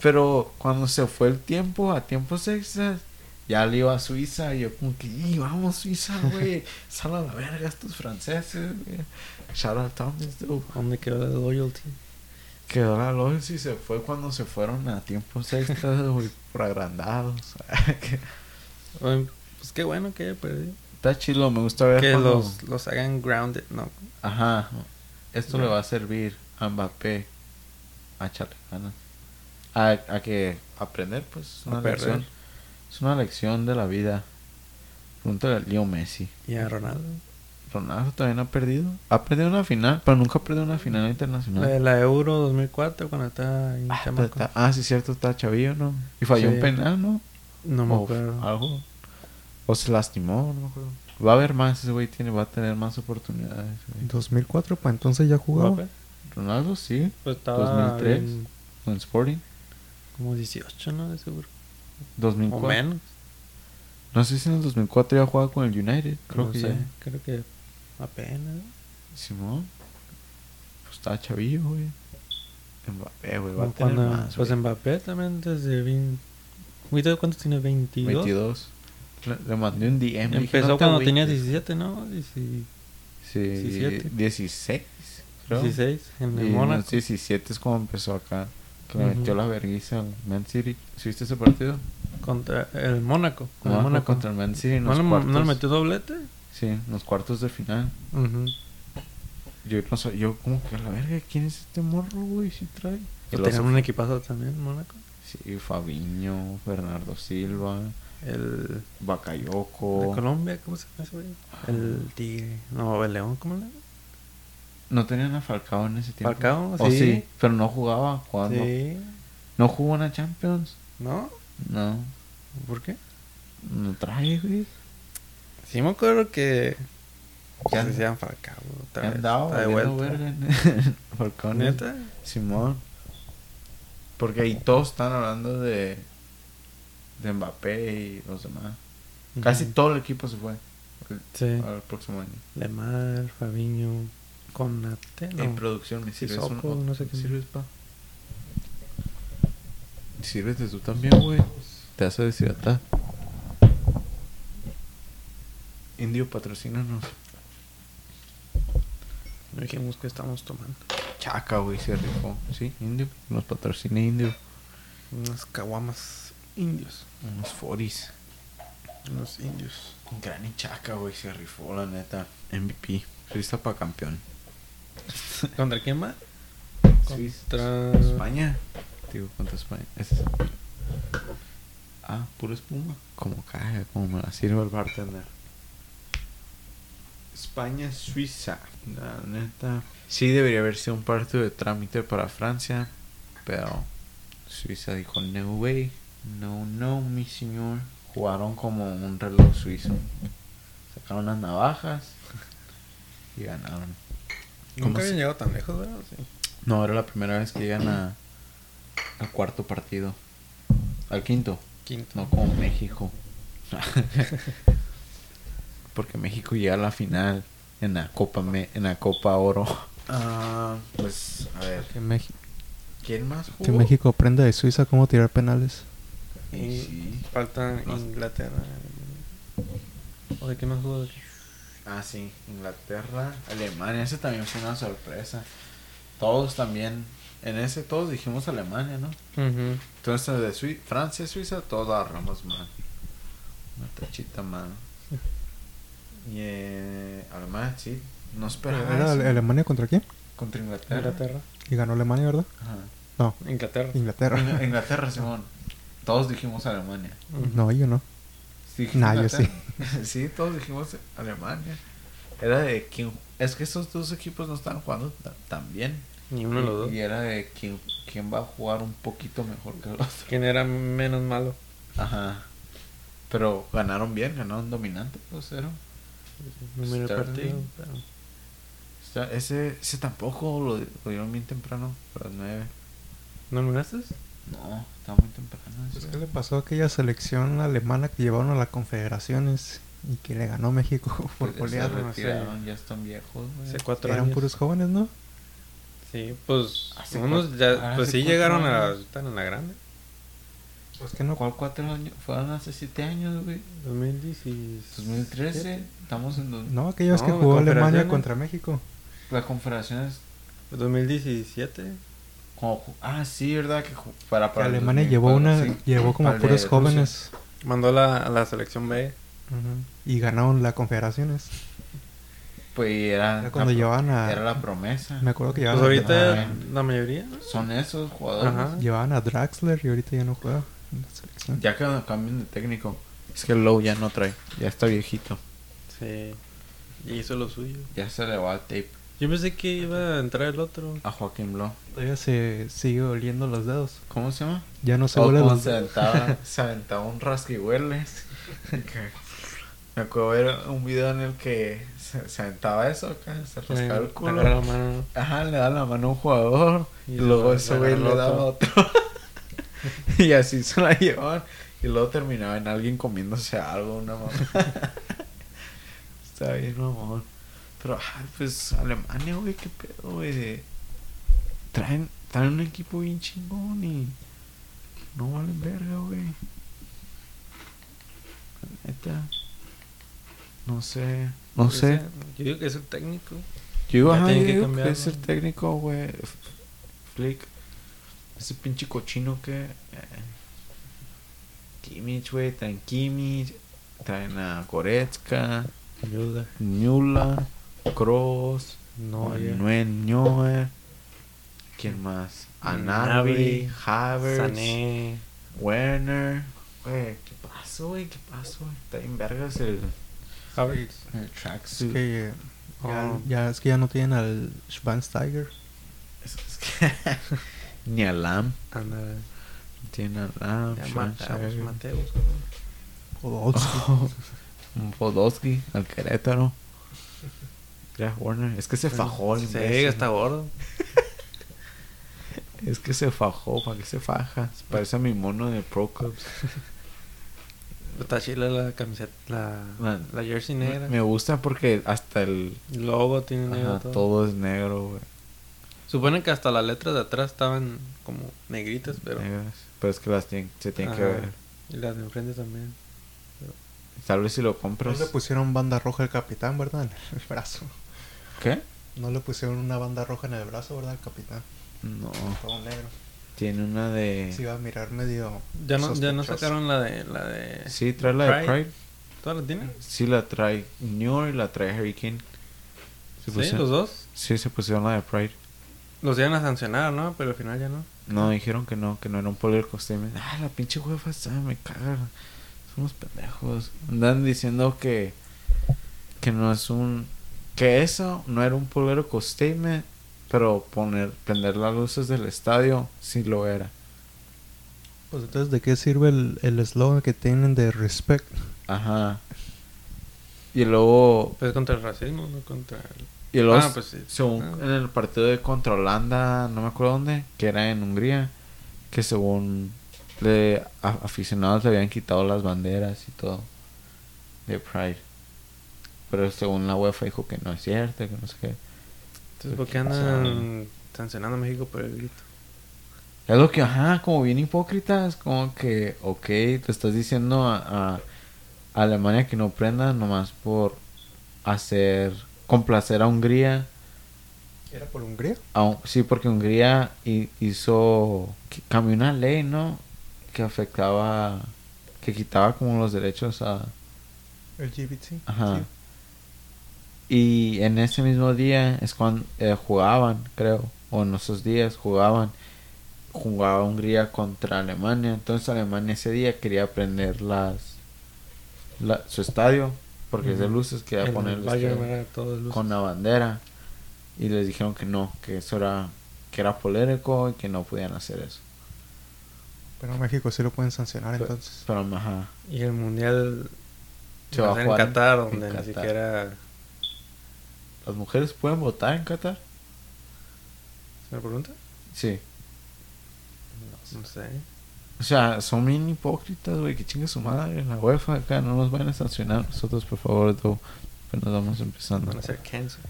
Speaker 3: Pero cuando se fue el tiempo a tiempos extras, ya le iba a Suiza. Y yo, como que, "Y, vamos, Suiza, güey.
Speaker 2: *laughs*
Speaker 3: Sal a la verga estos franceses, güey. Shout out Thomas, dude.
Speaker 2: ¿Dónde quedó la loyalty?
Speaker 3: Quedó la lógica y se fue cuando se fueron a tiempos extras, güey, por agrandados. *laughs*
Speaker 2: Oye, Pues qué bueno que haya perdido.
Speaker 3: Está chido, me gusta ver
Speaker 2: Que
Speaker 3: cuando-
Speaker 2: los, los hagan grounded. No.
Speaker 3: Ajá, esto le va a servir a Mbappé a echarle ganas. A, a que aprender, pues, es
Speaker 2: A
Speaker 3: una
Speaker 2: perder.
Speaker 3: lección. Es una lección de la vida. Pregúntale a Leo Messi.
Speaker 2: Y a Ronaldo.
Speaker 3: Ronaldo también ha perdido. Ha perdido una final, pero nunca ha perdido una final internacional.
Speaker 2: La de la Euro 2004 cuando estaba ahí
Speaker 3: Ah, pero
Speaker 2: chamaco.
Speaker 3: está- ah, sí, cierto, está chavillo, ¿no? Y falló
Speaker 2: Sí.
Speaker 3: un penal, ¿no?
Speaker 2: No me
Speaker 3: o
Speaker 2: acuerdo.
Speaker 3: algo. O se lastimó, no me acuerdo. Va a haber más, ese güey tiene, va a tener más oportunidades. güey.
Speaker 1: 2004, pues entonces ya jugaba.
Speaker 2: Mbappé,
Speaker 3: Ronaldo sí,
Speaker 2: Pues estaba
Speaker 3: 2003.
Speaker 2: bien,
Speaker 3: con Sporting.
Speaker 2: como 18, ¿no? De seguro. O
Speaker 3: 2004.
Speaker 2: menos.
Speaker 3: No sé si en el 2004 ya jugaba con el United. Creo
Speaker 2: no
Speaker 3: que
Speaker 2: sé,
Speaker 3: ya.
Speaker 2: Creo que apenas.
Speaker 3: Simón. Pues estaba chavillo, güey. Mbappé, güey, va a
Speaker 2: Como
Speaker 3: tener
Speaker 2: cuando-
Speaker 3: más.
Speaker 2: pues
Speaker 3: güey.
Speaker 2: Mbappé también desde 20... Ahorita, ¿Cuántos tiene? 22.
Speaker 3: 22. Le, le mandé un DM. dije,
Speaker 2: Empezó
Speaker 3: "No te
Speaker 2: cuando
Speaker 3: agüites".
Speaker 2: tenía 17, ¿no? Dieci-
Speaker 3: Sí,
Speaker 2: 17.
Speaker 3: 16. Creo.
Speaker 2: 16 en el
Speaker 3: Y en
Speaker 2: Mónaco.
Speaker 3: los 17 es como empezó acá. Que le
Speaker 2: Ujú.
Speaker 3: metió la vergüenza al Man City. ¿Sí viste ese partido?
Speaker 2: Contra el Mónaco. con el
Speaker 3: Mónaco
Speaker 2: Mónaco.
Speaker 3: contra el Man City en
Speaker 2: ¿No
Speaker 3: los
Speaker 2: le,
Speaker 3: cuartos.
Speaker 2: ¿No le metió doblete?
Speaker 3: Sí, en los cuartos de final.
Speaker 2: Ujú.
Speaker 3: Yo no sé, yo como que a la verga, ¿quién es este morro, güey? Si trae.
Speaker 2: Y
Speaker 3: Y los-
Speaker 2: tenían un equipazo también, Mónaco.
Speaker 3: Sí, Fabiño, Bernardo Silva,
Speaker 2: El de
Speaker 3: Bacayoco.
Speaker 2: Colombia, ¿cómo se llama ese güey? El Tigre. No, el León, ¿cómo le llaman?
Speaker 3: No tenían a Falcao en ese tiempo.
Speaker 2: Falcao,
Speaker 3: Oh,
Speaker 2: sí.
Speaker 3: sí, pero Ah, no jugaba jugando.
Speaker 2: Sí.
Speaker 3: No jugó una Champions.
Speaker 2: ¿No?
Speaker 3: No,
Speaker 2: ¿Por qué?
Speaker 3: no trae, güey.
Speaker 2: Sí me acuerdo que...
Speaker 3: Ya-
Speaker 2: Ya se decían Falcao. otra
Speaker 3: Ya
Speaker 2: vez,
Speaker 3: andaba
Speaker 2: está de
Speaker 3: valiendo
Speaker 2: vuelta.
Speaker 3: verga. Falcao en el- *laughs*
Speaker 2: ¿Neta?
Speaker 3: Simón. Porque ahí todos están hablando de, de Mbappé y los demás. Casi
Speaker 2: Ujú.
Speaker 3: todo el equipo se fue al-
Speaker 2: Sí.
Speaker 3: al próximo año.
Speaker 2: Lemar, Fabiño, Conate,
Speaker 3: En
Speaker 2: no.
Speaker 3: producción me sirves
Speaker 2: Hisopo,
Speaker 3: un-
Speaker 2: no sé qué.
Speaker 3: ¿Sirves, pa? Sírvete tú también, güey. Te hace deshidratar. Indio, patrocínanos.
Speaker 2: No dijimos que estamos tomando.
Speaker 3: Chaca, güey, se rifó. Sí, Indio. Nos patrocina Indio.
Speaker 2: Unas caguamas indios.
Speaker 3: Unos foris.
Speaker 2: Unos
Speaker 3: *laughs*
Speaker 2: indios.
Speaker 3: Gran y Chaca, güey, se rifó, la neta. MVP. Lista para campeón.
Speaker 2: ¿Contra quién va? Contra...
Speaker 3: España. Digo, contra España. Ese es- Ah, pura espuma. Como cae, como me la sirve el bartender. España, Suiza. La neta. Sí, debería haber sido un partido de trámite para Francia. Pero Suiza dijo: No way. No, no, mi señor. Jugaron como un reloj suizo. Sacaron las navajas y ganaron. ¿Cómo
Speaker 2: Nunca
Speaker 3: se-
Speaker 2: habían llegado tan lejos, ¿verdad? Sí.
Speaker 3: no, era la primera vez que llegan a, al cuarto partido. Al quinto.
Speaker 2: Quinto.
Speaker 3: No como México. *laughs* Porque México llega a la final en la Copa, Me- en la Copa Oro. Ah, pues, a ver.
Speaker 1: Que, Meji-
Speaker 3: ¿Quién más jugó?
Speaker 1: que México aprenda de Suiza cómo tirar penales.
Speaker 2: Y
Speaker 3: Sí.
Speaker 2: falta
Speaker 3: No.
Speaker 2: Inglaterra. ¿O de qué más jugó?
Speaker 3: Ah, sí. Inglaterra, Alemania. Ese también fue una sorpresa. Todos también. En ese todos dijimos Alemania, ¿no? Entonces, de Sui- Francia, Suiza, todos la agarramos mal. Una tachita mal. Y eh, Alemania, sí. No esperaba
Speaker 1: ¿Era
Speaker 3: eso.
Speaker 1: Ale- Alemania contra quién?
Speaker 3: Contra Inglaterra.
Speaker 2: Inglaterra.
Speaker 1: Y ganó Alemania, ¿verdad?
Speaker 3: Ajá.
Speaker 1: No,
Speaker 2: Inglaterra.
Speaker 1: *laughs* Inglaterra.
Speaker 3: Ingl- Inglaterra, Simón. Todos dijimos Alemania.
Speaker 2: Ujú.
Speaker 1: No, yo no.
Speaker 3: dijiste
Speaker 1: Nah, yo
Speaker 3: Inglaterra. *laughs*
Speaker 1: sí.
Speaker 3: sí, todos dijimos Alemania. Era de quién. Es que estos dos equipos no estaban jugando ta- tan bien.
Speaker 2: Ni uno de los dos.
Speaker 3: Y era de quién, quién va a jugar un poquito mejor que el otro.
Speaker 2: ¿Quién era menos malo?
Speaker 3: Ajá. Pero ganaron bien, ganaron dominante 2-0.
Speaker 2: No miré el
Speaker 3: Sterling.
Speaker 2: partido, pero-
Speaker 3: Está- Ese, ese tampoco lo, lo dieron bien temprano, a las 9.
Speaker 2: ¿No lo miraste?
Speaker 3: No, está muy temprano.
Speaker 1: Pues,
Speaker 3: ese.
Speaker 1: ¿Qué le pasó a aquella selección alemana que llevaron a las confederaciones y que le ganó México *laughs* por
Speaker 3: Pues,
Speaker 1: goleada?
Speaker 3: se
Speaker 2: no sé.
Speaker 3: retiraron, ya están viejos. güey.
Speaker 2: Hace cuatro
Speaker 1: Eran
Speaker 2: años.
Speaker 1: puros jóvenes, ¿no?
Speaker 2: Sí, pues
Speaker 3: Hace
Speaker 2: unos
Speaker 3: cuatro-
Speaker 2: ya, pues
Speaker 3: hace
Speaker 2: sí llegaron
Speaker 3: cuatro
Speaker 2: a
Speaker 3: años.
Speaker 2: están en la grande.
Speaker 1: Pues que no.
Speaker 3: ¿Cuál cuatro años? Fueron hace siete años, güey.
Speaker 2: 2017.
Speaker 3: 2013. Estamos en... dos-
Speaker 1: No, aquella vez
Speaker 2: No,
Speaker 1: que
Speaker 2: la
Speaker 1: jugó Alemania
Speaker 2: confederaciones.
Speaker 1: contra México.
Speaker 3: La confederación es...
Speaker 2: 2017.
Speaker 3: como ju- ah, sí, ¿verdad? Que ju- para,
Speaker 1: Que
Speaker 3: para el
Speaker 1: Alemania llevó
Speaker 3: 2004,
Speaker 1: una,
Speaker 3: sí.
Speaker 1: llevó como
Speaker 3: Al de
Speaker 1: puros
Speaker 3: Rusia.
Speaker 1: jóvenes
Speaker 2: Mandó la, a la selección B.
Speaker 1: Ujú. y ganaron las confederaciones.
Speaker 3: Pues y era...
Speaker 1: Era cuando
Speaker 3: la-
Speaker 1: llevaban a-
Speaker 3: Era la promesa.
Speaker 1: Me acuerdo que
Speaker 2: Pues
Speaker 1: llevaban,
Speaker 2: ahorita
Speaker 3: Ah,
Speaker 2: la mayoría. ¿no?
Speaker 3: Son esos jugadores.
Speaker 2: Ajá.
Speaker 1: a, llevaban a Draxler y ahorita ya no juega en la selección.
Speaker 3: Ya que cambian de técnico. ¿Eh? Es que Lowe ya no trae. Ya está viejito.
Speaker 2: Sí. Y hizo lo suyo.
Speaker 3: Ya se le va el tape
Speaker 2: Yo pensé que iba a entrar el otro.
Speaker 3: a Joaquín Lowe.
Speaker 1: Todavía se sigue oliendo los dedos.
Speaker 3: ¿Cómo se llama?
Speaker 1: Ya no se
Speaker 3: Oh,
Speaker 1: huele
Speaker 3: cuando
Speaker 1: los
Speaker 3: se
Speaker 1: dedos. *laughs*
Speaker 3: aventaba, se aventaba un rasquihueles. Que- Me acuerdo ver un video en el que se, se aventaba eso acá, se rascaba el culo.
Speaker 2: Agarra la mano.
Speaker 3: Ajá, le da la mano a un jugador y,
Speaker 2: Y
Speaker 3: luego
Speaker 2: le-
Speaker 3: ese
Speaker 2: le
Speaker 3: güey
Speaker 2: agarra
Speaker 3: le
Speaker 2: el
Speaker 3: daba a otro. *laughs* y así se la llevaban y luego terminaba en alguien comiéndose algo, una *laughs* mamá. Está bien, mamón. Pero, ay, pues Alemania, güey, qué pedo, güey. Traen, traen un equipo bien chingón y no valen verga, güey. La Neta. No sé. No
Speaker 2: Pues,
Speaker 3: sé.
Speaker 2: eh, Yo digo que es el técnico.
Speaker 3: Yo digo,
Speaker 2: Ya
Speaker 3: ajá,
Speaker 2: tienen
Speaker 3: yo
Speaker 2: que
Speaker 3: digo que
Speaker 2: cambiarlo.
Speaker 3: es el técnico, güey. F- Flick. Ese pinche cochino que... eh, Kimmich, güey. Traen Kimmich. Traen a Goretzka.
Speaker 2: Ayuda.
Speaker 3: Nula. Cross.
Speaker 2: No, ya.
Speaker 3: Manuel Neuer. ¿Quién más? Anabi.
Speaker 2: Eh, Gnabry,
Speaker 3: Havertz.
Speaker 2: Sané.
Speaker 3: Werner. Güey, ¿qué pasó, güey? ¿Qué pasó, güey? Está bien vergas el...
Speaker 2: Havertz.
Speaker 3: El
Speaker 1: Es
Speaker 3: tracksuit.
Speaker 1: que, eh, ya,
Speaker 2: Oh.
Speaker 1: ya- es que ya no tienen al Schwansteiger.
Speaker 3: Es- es que- *laughs* Ni a Lam.
Speaker 2: Anda.
Speaker 3: Tiene a Lam.
Speaker 2: Ya Mateus,
Speaker 3: Schwarzenegger.
Speaker 2: Mateus.
Speaker 3: *laughs*
Speaker 1: Podolski.
Speaker 3: Un Podolski al Querétaro. Ya, Warner. Es que se fajó el
Speaker 2: Sí,
Speaker 3: imbécil.
Speaker 2: está gordo.
Speaker 3: Es que se fajó. ¿Para qué se faja? Se parece a mi mono de Pro
Speaker 2: *laughs*
Speaker 3: Clubs.
Speaker 2: Está chila la camiseta, la,
Speaker 3: Man.
Speaker 2: la jersey negra.
Speaker 3: Me gusta porque hasta el...
Speaker 2: El logo tiene negro
Speaker 3: ajá,
Speaker 2: todo.
Speaker 3: todo es negro, güey.
Speaker 2: Suponen que hasta las letras de atrás estaban como negritas, pero...
Speaker 3: Negras. Pero es que las tienen, se tienen que
Speaker 2: Ajá.
Speaker 3: ver.
Speaker 2: Y las de enfrente también.
Speaker 3: Tal vez si lo
Speaker 1: No
Speaker 3: compras...
Speaker 1: le pusieron banda roja al capitán, ¿verdad? En el brazo.
Speaker 3: ¿Qué?
Speaker 1: No le pusieron una banda roja en el brazo, ¿verdad? Al capitán.
Speaker 3: No.
Speaker 1: Todo negro.
Speaker 3: Tiene una de...
Speaker 1: Se iba a mirar medio.
Speaker 2: Ya no, ya no
Speaker 1: sospechoso.
Speaker 2: sacaron la de... La de...
Speaker 3: Sí, trae la de
Speaker 2: Pride.
Speaker 3: Pride.
Speaker 2: ¿Todas las tienen?
Speaker 3: Sí, la trae New y la trae Hurricane.
Speaker 2: Sí,
Speaker 3: pusieron-
Speaker 2: los dos.
Speaker 3: pues Sí, se pusieron la de Pride.
Speaker 2: Los iban a sancionar, ¿no? Pero al final ya no.
Speaker 3: No, dijeron que no, que no era un pollo del costeño. Ah, la pinche UEFA está, me caga. Son unos pendejos. Andan diciendo que. Que no es un. Que eso no era un polero costeño, pero poner, prender las luces del estadio sí lo era.
Speaker 1: Pues entonces, ¿de qué sirve el el eslogan que tienen de respect?
Speaker 3: Ajá. Y luego.
Speaker 2: Pues contra el racismo, no contra... el-
Speaker 3: Y luego
Speaker 2: Ah, pues sí.
Speaker 3: según
Speaker 2: Ah.
Speaker 3: en el partido de contra Holanda, no me acuerdo dónde, que era en Hungría, que según le, a- aficionados le habían quitado las banderas y todo de Pride. Pero según la UEFA dijo que no es cierto, que no sé qué.
Speaker 2: Entonces, ¿por qué andan sancionando a México por el grito?
Speaker 3: Es lo que, ajá, como bien hipócritas, como que, ok, te estás diciendo a, a Alemania que no prenda nomás por hacer, complacer a Hungría.
Speaker 1: ¿Era por Hungría?
Speaker 3: Au- sí, porque Hungría hi- hizo. que Cambió una ley, ¿no? Que afectaba. Que quitaba como los derechos a.
Speaker 1: LGBT.
Speaker 3: Ajá.
Speaker 1: Sí.
Speaker 3: Y en ese mismo día es cuando jugaban, creo. O en esos días jugaban. Jugaba Hungría contra Alemania. Entonces Alemania ese día quería prender las. la- su estadio, porque es de
Speaker 2: Ujú.
Speaker 3: luces, quería
Speaker 2: En
Speaker 3: poner
Speaker 2: el
Speaker 3: el
Speaker 2: Bayern
Speaker 3: estadio
Speaker 2: era todo luz.
Speaker 3: con la bandera. Y les dijeron que no, que eso era, que era polémico y que no podían hacer eso.
Speaker 1: Pero en México sí lo pueden sancionar
Speaker 3: Pe-
Speaker 1: entonces.
Speaker 3: Pero, ajá,
Speaker 2: Y el mundial
Speaker 3: Se va a
Speaker 2: va a ser en
Speaker 3: jugar en-
Speaker 2: Qatar,
Speaker 3: en
Speaker 2: donde
Speaker 3: Qatar.
Speaker 2: ni siquiera.
Speaker 3: ¿las mujeres pueden votar en Qatar?
Speaker 2: ¿Se me pregunta?
Speaker 3: Sí.
Speaker 2: No sé.
Speaker 3: O sea, son bien hipócritas, güey, que chingue su madre en la UEFA acá, no nos van a sancionar nosotros, por favor, tú. Pero nos vamos empezando.
Speaker 2: Van a ser cancel.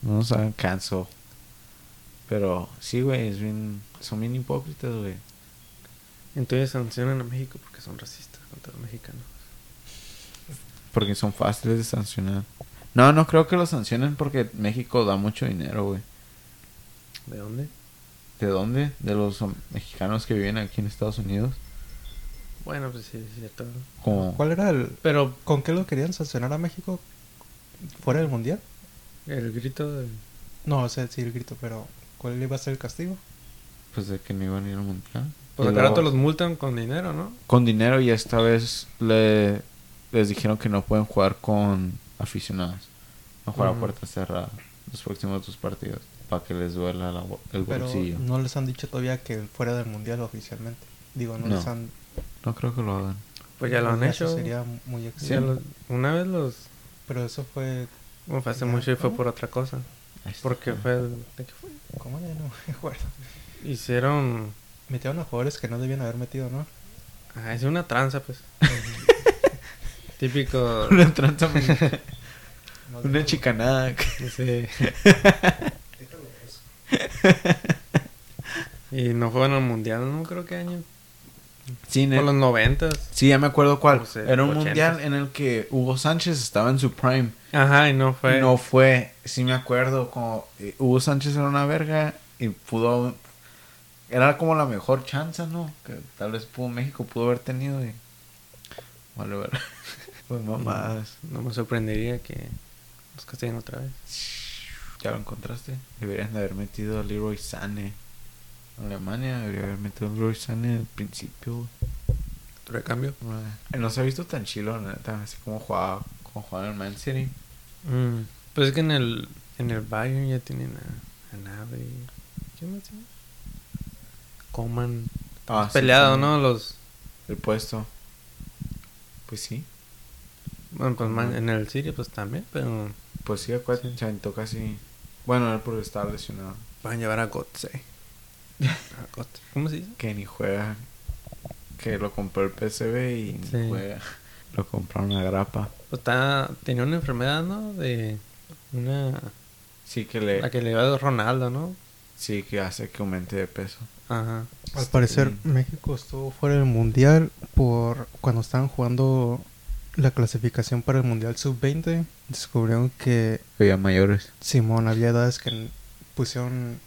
Speaker 3: No nos hagan canso. Pero sí, güey, es bien, son bien hipócritas, güey.
Speaker 2: Entonces sancionan a México porque son racistas contra los mexicanos.
Speaker 3: Porque son fáciles de sancionar. No, no creo que lo sancionen porque México da mucho dinero, güey.
Speaker 2: ¿De dónde?
Speaker 3: ¿De dónde? De los um, mexicanos que viven aquí en Estados Unidos.
Speaker 2: Bueno, pues sí, es cierto. ¿no?
Speaker 3: Como
Speaker 1: ¿Cuál era el.
Speaker 2: Pero
Speaker 1: ¿Con qué lo querían sancionar a México? ¿Fuera del mundial?
Speaker 2: el grito de.
Speaker 1: No, o sea, sí, el grito, pero ¿cuál iba a ser el castigo?
Speaker 3: pues de que no iban a ir al mundial.
Speaker 2: Pues
Speaker 3: Y
Speaker 2: al
Speaker 3: luego-
Speaker 2: rato los multan con dinero, ¿no?
Speaker 3: Con dinero y esta vez le, les dijeron que no pueden jugar con aficionados. Van a jugar a
Speaker 2: Ujú.
Speaker 3: puerta cerrada los próximos dos partidos. Para que les duela la bo- el
Speaker 1: Pero
Speaker 3: bolsillo. No.
Speaker 1: no les han dicho todavía que fuera del mundial oficialmente. Digo, no,
Speaker 3: No.
Speaker 1: les han.
Speaker 3: creo que lo hagan.
Speaker 2: Pues ya lo han
Speaker 1: eso
Speaker 2: hecho.
Speaker 1: Sería muy
Speaker 2: Ya
Speaker 1: extraño.
Speaker 2: lo- una vez los.
Speaker 1: Pero eso fue.
Speaker 2: Bueno, fue hace
Speaker 1: Ya,
Speaker 2: mucho y fue
Speaker 1: ¿no?
Speaker 2: por otra cosa.
Speaker 3: Ahí está.
Speaker 2: Porque fue. el- ¿De qué fue?
Speaker 1: ¿Cómo era? No *laughs* me acuerdo.
Speaker 2: Hicieron.
Speaker 1: Metieron a jugadores que no debían haber metido, ¿no?
Speaker 2: Ah, es una tranza,
Speaker 3: *laughs*
Speaker 2: pues. Típico.
Speaker 3: Una tranza,
Speaker 1: No,
Speaker 3: una chicanada.
Speaker 2: Sí.
Speaker 3: *laughs*
Speaker 2: y no fueron al mundial, no creo que año.
Speaker 3: Sí,
Speaker 2: Por los noventas.
Speaker 3: sí, ya me acuerdo cuál.
Speaker 2: No sé,
Speaker 3: Era un
Speaker 2: 80s.
Speaker 3: mundial en el que Hugo Sánchez estaba en su prime.
Speaker 2: Ajá, y no fue.
Speaker 3: No fue, sí me acuerdo, como eh, Hugo Sánchez era una verga y pudo, era como la mejor chance, ¿no? Que tal vez pudo, México pudo haber tenido y... Vale, *laughs* verga. Pues mamadas.
Speaker 2: No me sorprendería que los castiguen otra vez.
Speaker 3: ¿Ya lo encontraste? Deberían de haber metido a Leroy Sané. Alemania debería haber metido a Leroy Sané al principio.
Speaker 2: ¿Tú recambio?
Speaker 3: güey. No se ha visto tan chilo, la neta, así como jugaba, como jugaba en el Man City.
Speaker 2: Mm. Pues es que en el, en el Bayern ya tienen a, a Nave. ¿Quién más tiene? Coman.
Speaker 3: Ah, sí,
Speaker 2: Peleado,
Speaker 3: con
Speaker 2: ¿no? Los.
Speaker 3: El puesto. Pues sí.
Speaker 2: Bueno, pues man-
Speaker 3: Coman.
Speaker 2: en el City, pues también, pero.
Speaker 3: Pues sí, acuérdate, se aventó casi. Bueno, era por estar lesionado.
Speaker 2: Van a llevar a Gotze. *laughs* A Götze. ¿Cómo se dice?
Speaker 3: Que ni juega. Que lo compró el PCB y ni
Speaker 2: Sí.
Speaker 3: juega. Lo compraron a grapa.
Speaker 2: Pues está, tenía una enfermedad, ¿no? De una...
Speaker 3: Sí que le.
Speaker 2: La que le iba a Ronaldo, ¿no?
Speaker 3: Sí que hace que aumente de peso.
Speaker 2: Ajá.
Speaker 1: Al parecer, México estuvo fuera del mundial por cuando estaban jugando la clasificación para el mundial sub-20. Descubrieron que
Speaker 3: Que ya mayores.
Speaker 1: Simón había edades que n- pusieron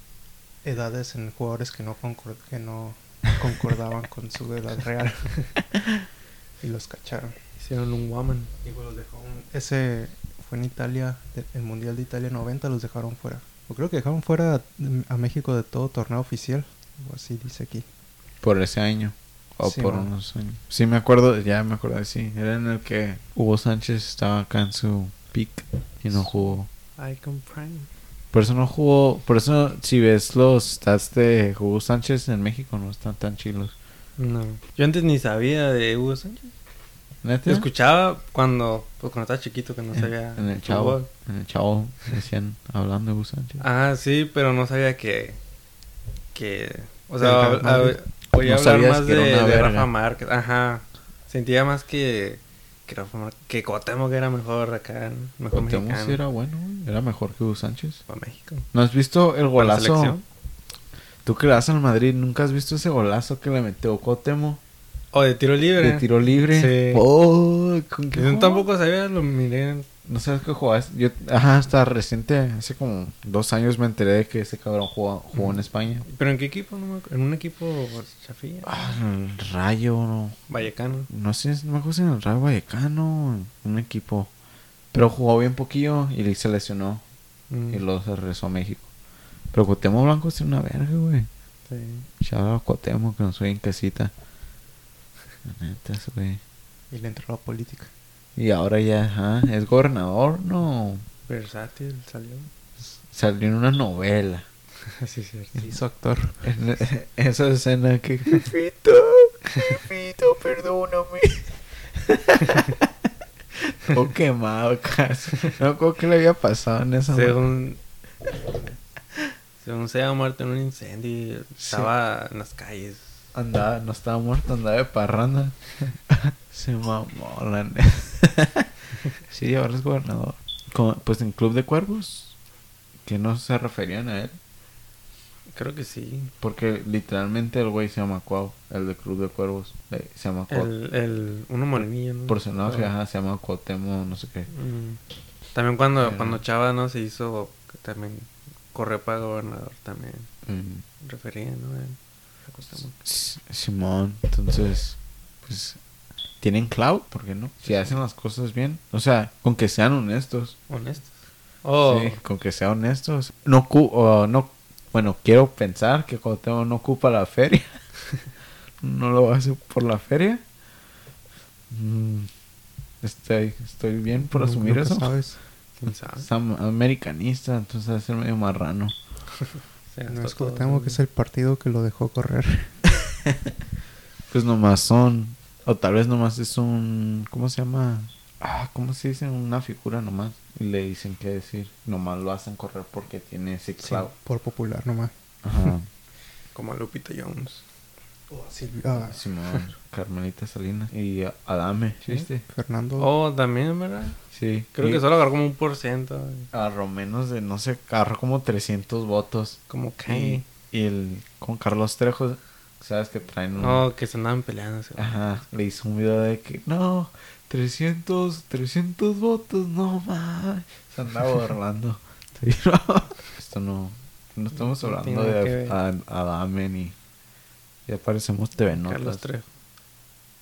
Speaker 1: edades en jugadores que no, concor- que no concordaban con su edad real y los cacharon.
Speaker 2: Hicieron un woman.
Speaker 1: Ese fue en Italia, de- el mundial de Italia 90 los dejaron fuera. Yo creo que dejaron fuera a, a México de todo torneo oficial, o así dice aquí.
Speaker 3: Por ese año. O
Speaker 1: Sí,
Speaker 3: por
Speaker 1: ¿no?
Speaker 3: unos años. Sí, me acuerdo. Ya me acuerdo, sí. Era en el que Hugo Sánchez estaba acá en su pick y no jugó.
Speaker 2: Icon Prime.
Speaker 3: Por eso no jugó. Por eso, si ves los stats de Hugo Sánchez en México, no están tan chilos.
Speaker 2: No. Yo antes ni sabía de Hugo Sánchez.
Speaker 3: ¿Neta?
Speaker 2: Te escuchaba cuando... Pues cuando estaba chiquito que no sabía...
Speaker 3: En el chavo.
Speaker 2: fútbol.
Speaker 3: En el chavo decían hablando de Hugo Sánchez.
Speaker 2: Ah, sí, pero no sabía que... Que... O
Speaker 1: Del
Speaker 2: sea,
Speaker 1: Real
Speaker 2: hab- hab-
Speaker 1: Madrid.
Speaker 2: oía
Speaker 3: No
Speaker 2: hablar
Speaker 3: sabías
Speaker 2: más
Speaker 3: que
Speaker 2: de,
Speaker 3: era una
Speaker 2: de
Speaker 3: verga.
Speaker 2: Rafa Márquez. Ajá. Sentía más que... Que Rafa Márquez... Que Cuauhtémoc era mejor acá. ¿no? Mejor
Speaker 3: Cuauhtémoc sí
Speaker 2: mexicano.
Speaker 3: era bueno, güey. era mejor que Hugo Sánchez.
Speaker 2: Para México.
Speaker 3: ¿No has visto el
Speaker 2: Para la
Speaker 3: golazo?
Speaker 2: selección.
Speaker 3: Tú que le das al Madrid, ¿nunca has visto ese golazo que le metió Cuauhtémoc?
Speaker 2: O de tiro libre.
Speaker 3: De tiro libre.
Speaker 2: eh. Sí.
Speaker 3: Oh, ¿con qué
Speaker 2: Yo
Speaker 3: jugó?
Speaker 2: tampoco sabía, lo miré. en-
Speaker 3: No sabes qué jugabas. Yo, ajá, hasta reciente, hace como dos años me enteré de que ese cabrón jugó, jugó en España.
Speaker 2: ¿Pero en qué equipo? No me acu- en un equipo pues, chafilla.
Speaker 3: Ah, en el Rayo, no.
Speaker 2: Vallecano.
Speaker 3: No sé, no me acuerdo si en el Rayo Vallecano, un equipo. Pero jugó bien poquillo y se lesionó.
Speaker 2: Mm,
Speaker 3: Y luego se regresó a México. Pero Cuauhtémoc Blanco es una verga, güey.
Speaker 2: sí.
Speaker 3: Shout out a Cuauhtémoc, que nos oye en casita. La neta, ese güey.
Speaker 1: Y le entró la política.
Speaker 3: Y ahora ya, ajá, es gobernador, no.
Speaker 2: Versátil
Speaker 3: *laughs*
Speaker 2: salió.
Speaker 3: Salió en una novela.
Speaker 2: sí, cierto.
Speaker 1: Se hizo actor.
Speaker 3: En esa escena que. Jefito, jefito, *laughs* perdóname. Todo quemado Oh, casi. No creo que le había pasado en esa. madre.
Speaker 2: Según. Según sea muerto en un incendio, estaba en las calles.
Speaker 3: Andaba, no estaba muerto, andaba de parranda. *laughs* Se mamó, la neta. *laughs* sí, ahora es gobernador. Como- pues en Club de Cuervos, que no se referían a él.
Speaker 2: Creo que sí.
Speaker 3: Porque literalmente el güey se llama Cuau, el de Club de Cuervos. eh, se llama Cuau.
Speaker 2: El, el, uno morenillo, ¿no?
Speaker 3: personaje,
Speaker 2: Pero-
Speaker 3: ajá, se llama Cuauhtémoc, no sé qué.
Speaker 2: Mm. También cuando,
Speaker 3: Pero-
Speaker 2: cuando Chava, ¿no? Se hizo, también corrió para gobernador, también.
Speaker 3: Mm,
Speaker 2: Refería, ¿no? Eh, Él. Acostamos.
Speaker 3: S- Simón, entonces, pues, tienen cloud, ¿por qué no? Si hacen las cosas bien, o sea, con que sean honestos.
Speaker 2: Honestos. Oh,
Speaker 3: Sí, con que sean honestos. No, ocu- o no, bueno, quiero pensar que Cuauhtémoc no ocupa la feria. *laughs* no lo hace por la feria. Mm, estoy, estoy bien por
Speaker 1: Nunca-
Speaker 3: asumir
Speaker 1: nunca
Speaker 3: eso.
Speaker 1: sabes.
Speaker 2: quién
Speaker 3: *laughs*
Speaker 2: sabe.
Speaker 3: Es am- americanista, entonces debe ser medio marrano.
Speaker 2: Se
Speaker 1: No
Speaker 2: gastó
Speaker 1: es
Speaker 2: todo,
Speaker 1: Cuauhtémoc,
Speaker 2: ¿no?
Speaker 1: que es el partido que lo dejó correr.
Speaker 3: Pues nomás son. O tal vez nomás es un. ¿Cómo se llama? Ah, ¿cómo se dice? Una figura nomás. Y le dicen qué decir. Nomás lo hacen correr porque tiene ese
Speaker 1: Sí,
Speaker 3: clout.
Speaker 1: por popular nomás.
Speaker 3: Ajá.
Speaker 2: Como Lupita Jones.
Speaker 1: Ah,
Speaker 3: Simón, Carmelita Salinas. Y a- Adame, ¿viste?
Speaker 1: Fernando.
Speaker 2: Oh, también, ¿verdad?
Speaker 3: Sí.
Speaker 2: Creo
Speaker 3: Y
Speaker 2: que solo agarró como un por ciento. eh,
Speaker 3: Agarró menos de, no sé, agarró como 300 votos.
Speaker 2: Como
Speaker 3: Y,
Speaker 2: que.
Speaker 3: y el. Con Carlos Trejo, sabes que traen un.
Speaker 2: No, que se andaban peleando. se-
Speaker 3: Ajá, le hizo un video de que no, 300, 300 votos, no mames.
Speaker 2: *laughs*
Speaker 3: Se andaba burlando. Sí, no. Esto no, no estamos
Speaker 2: No
Speaker 3: hablando
Speaker 2: tiene que
Speaker 3: de
Speaker 2: ver.
Speaker 3: Ad- Adame ni. Ya parecemos TV
Speaker 2: Carlos
Speaker 3: Notas.
Speaker 2: Trejo.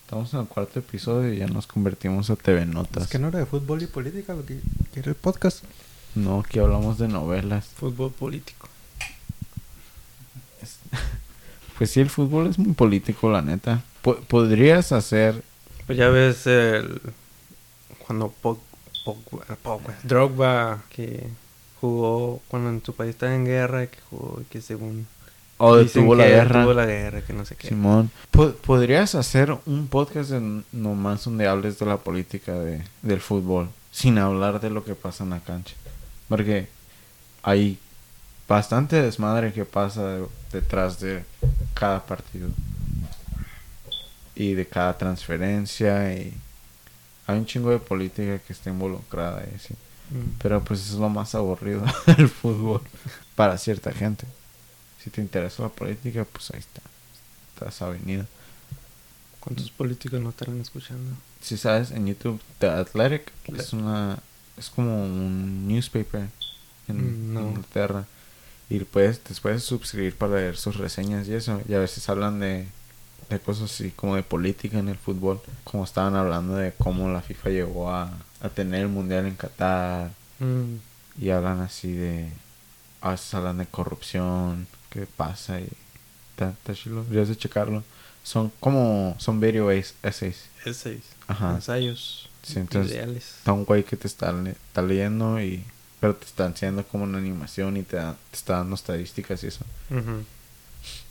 Speaker 3: Estamos en el cuarto episodio y ya nos convertimos a TV Notas.
Speaker 1: es que no era de fútbol y política lo que, que era el podcast.
Speaker 3: No, aquí hablamos de novelas.
Speaker 2: Fútbol político.
Speaker 3: Es- Pues sí, el fútbol es muy político, la neta. Po- podrías hacer.
Speaker 2: Pues ya ves el... Cuando Pog- Pogba, Pogba- Drogba, que jugó cuando en su país estaba en guerra, que jugó, que según...
Speaker 3: O
Speaker 2: dicen
Speaker 3: detuvo Oh, la
Speaker 2: que
Speaker 3: guerra.
Speaker 2: detuvo la guerra, que no sé qué.
Speaker 3: Simón, po- ¿podrías hacer un podcast en- nomás donde hables de la política de, del fútbol sin hablar de lo que pasa en la cancha? Porque hay bastante desmadre que pasa de- detrás de cada partido y de cada transferencia y hay un chingo de política que está involucrada y así.
Speaker 2: Mm.
Speaker 3: Pero pues es lo más aburrido *laughs* del fútbol para cierta gente. Si te interesa la política, pues ahí está. Estás avenida.
Speaker 2: ¿Cuántos políticos no estarán escuchando?
Speaker 3: Si sabes, en YouTube, The Athletic
Speaker 2: Le-
Speaker 3: es una... Es como un newspaper en
Speaker 2: Mm, no.
Speaker 3: Inglaterra. Y puedes, te puedes suscribir para leer sus reseñas y eso. Y a veces hablan de, de cosas así como de política en el fútbol. Como estaban hablando de cómo la FIFA llegó a, a tener el Mundial en Qatar.
Speaker 2: Mm.
Speaker 3: Y hablan así de. A veces hablan de corrupción, qué pasa y. Está, está chilo, deberías de checarlo. Son como. Son video es- essays.
Speaker 2: Essays.
Speaker 3: Ajá.
Speaker 2: Ensayos.
Speaker 3: Sí, entonces-
Speaker 2: Ideales.
Speaker 3: Está un güey que te está, le- está leyendo y. Pero te está enseñando como una animación y te, da- te está dando estadísticas y eso.
Speaker 2: Ujú.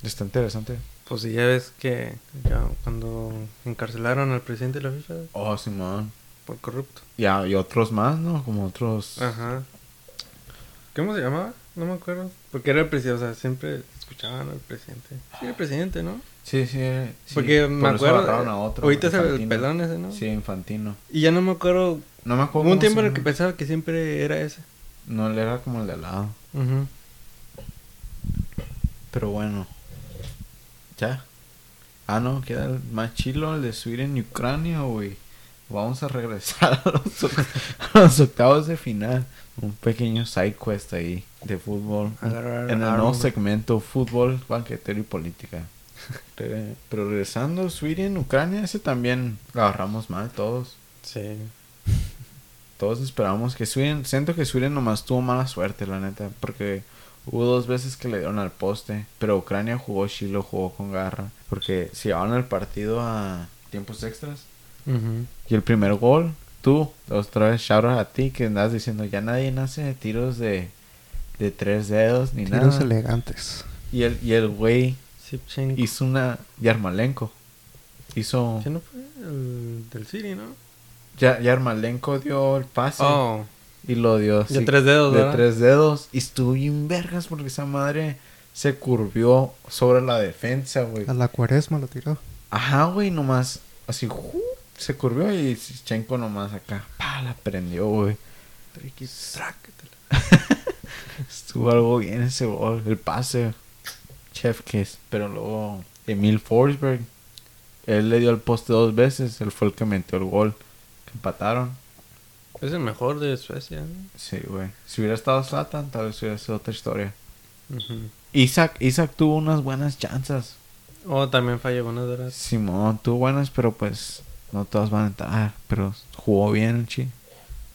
Speaker 3: Está interesante.
Speaker 2: Pues sí, ya ves que ya cuando encarcelaron al presidente de la FIFA
Speaker 3: Oh, Simón.
Speaker 2: por corrupto.
Speaker 3: Y, a- y otros más, ¿no? Como otros.
Speaker 2: Ajá. ¿Cómo se llamaba? No me acuerdo. Porque era el presidente, o sea, siempre escuchaban al presidente. Sí, el presidente, ¿no?
Speaker 3: Sí, sí. eh, sí.
Speaker 2: Porque me
Speaker 3: Por eso
Speaker 2: acuerdo. eh,
Speaker 3: agarraron a otro,
Speaker 2: ahorita es el
Speaker 3: Infantino.
Speaker 2: pelón ese, ¿no?
Speaker 3: Sí, infantino.
Speaker 2: Y ya no me acuerdo.
Speaker 3: No me
Speaker 2: Hubo
Speaker 3: acuerdo.
Speaker 2: un
Speaker 3: cómo se
Speaker 2: tiempo en el que
Speaker 3: llama.
Speaker 2: pensaba que siempre era ese.
Speaker 3: No, le era como el de al lado.
Speaker 2: Ujú.
Speaker 3: Pero bueno. Ya. Ah, no, queda el más chilo el de subir en Ucrania, güey. Vamos a regresar *laughs* a los, oc- a los octavos de final. Un pequeño side quest ahí de fútbol.
Speaker 2: Agarrar
Speaker 3: en el
Speaker 2: armas.
Speaker 3: nuevo segmento fútbol, banquetero y política. Re- Pero regresando, Sweden, Ucrania, ese también lo agarramos mal todos.
Speaker 2: Sí.
Speaker 3: Todos esperábamos que Sweden, siento que Sweden nomás tuvo mala suerte, la neta, porque hubo dos veces que le dieron al poste, pero Ucrania jugó Chilo, jugó con garra, porque se llevaron el partido a tiempos extras.
Speaker 2: Ujú.
Speaker 3: Y el primer gol tú, otra vez, shout out a ti que andas diciendo, ya nadie nace de tiros de, de tres dedos ni
Speaker 1: Tiros
Speaker 3: nada.
Speaker 1: elegantes.
Speaker 3: Y el, y el güey
Speaker 2: Shevchenko.
Speaker 3: hizo una Yarmalenko. Hizo...
Speaker 2: ¿Sí no fue el del City, no?
Speaker 3: Ya, Yarmalenko dio el pase
Speaker 2: Oh,
Speaker 3: y lo dio
Speaker 2: De tres dedos,
Speaker 3: De
Speaker 2: ¿verdad?
Speaker 3: tres dedos. Y estuvo bien vergas porque esa madre se curvió sobre la defensa, güey.
Speaker 1: A la cuaresma lo tiró.
Speaker 3: Ajá, güey, nomás así ¡ju! se curvió y Chenko nomás acá, pa, la prendió, güey. *laughs* Estuvo algo bien ese gol, el pase. Chef Kiss. Pero luego Emil Forsberg, él le dio el poste dos veces, él fue el que metió el gol. que Empataron.
Speaker 2: es el mejor de Suecia. ¿no?
Speaker 3: Sí, güey. Si hubiera estado Zlatan, tal vez hubiera sido otra historia.
Speaker 2: Ujú.
Speaker 3: Isaac, Isaac tuvo unas buenas chances.
Speaker 2: Oh, también falló una de las.
Speaker 3: Simón tuvo buenas, pero pues no todas van a entrar. Pero jugó bien el chi.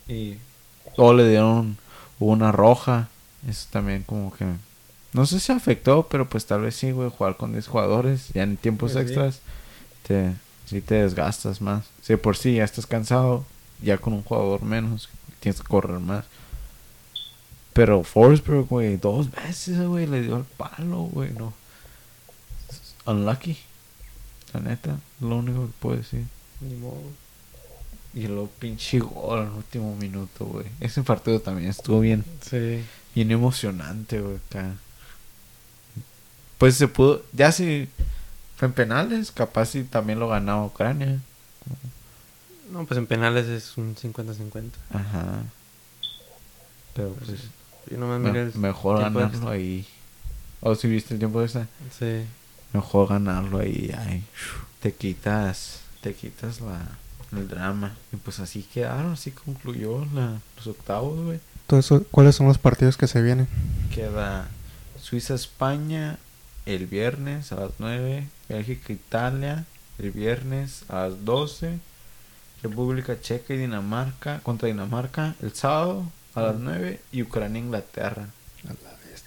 Speaker 3: Y todos le dieron hubo una roja. Eso también como que... No sé si afectó, pero pues tal vez sí, güey. Jugar con 10 jugadores ya en tiempos
Speaker 2: Pues sí.
Speaker 3: extras. Te, sí te desgastas más. Si de por sí ya estás cansado, ya con un jugador menos, tienes que correr más. Pero Forsberg, güey, dos veces, güey, le dio el palo, güey, no. Unlucky. La neta, lo único que puedo decir.
Speaker 2: Ni modo.
Speaker 3: Y luego pinche gol al último minuto, güey. Ese partido también estuvo bien,
Speaker 2: Sí.
Speaker 3: bien emocionante, güey, acá. Pues se pudo, ya si fue en penales, capaz si también lo ganaba Ucrania.
Speaker 2: No, pues en penales es un 50-50.
Speaker 3: Ajá. Pero pues,
Speaker 2: Yo nomás
Speaker 3: me-
Speaker 2: miré el
Speaker 3: mejor
Speaker 2: Ah, tiempo
Speaker 3: ganarlo
Speaker 2: extra.
Speaker 3: ahí. O si viste el tiempo de esa.
Speaker 2: Sí.
Speaker 3: Mejor ganarlo ahí, ay, te quitas, te quitas la, el drama. Y pues así quedaron, así concluyó la, los octavos, güey.
Speaker 1: Entonces, ¿cuáles son los partidos que se vienen?
Speaker 3: Queda Suiza-España el viernes a las 9, Bélgica-Italia el viernes a las 12, República Checa y Dinamarca contra Dinamarca el sábado a las
Speaker 1: Mm.
Speaker 3: 9 y Ucrania-Inglaterra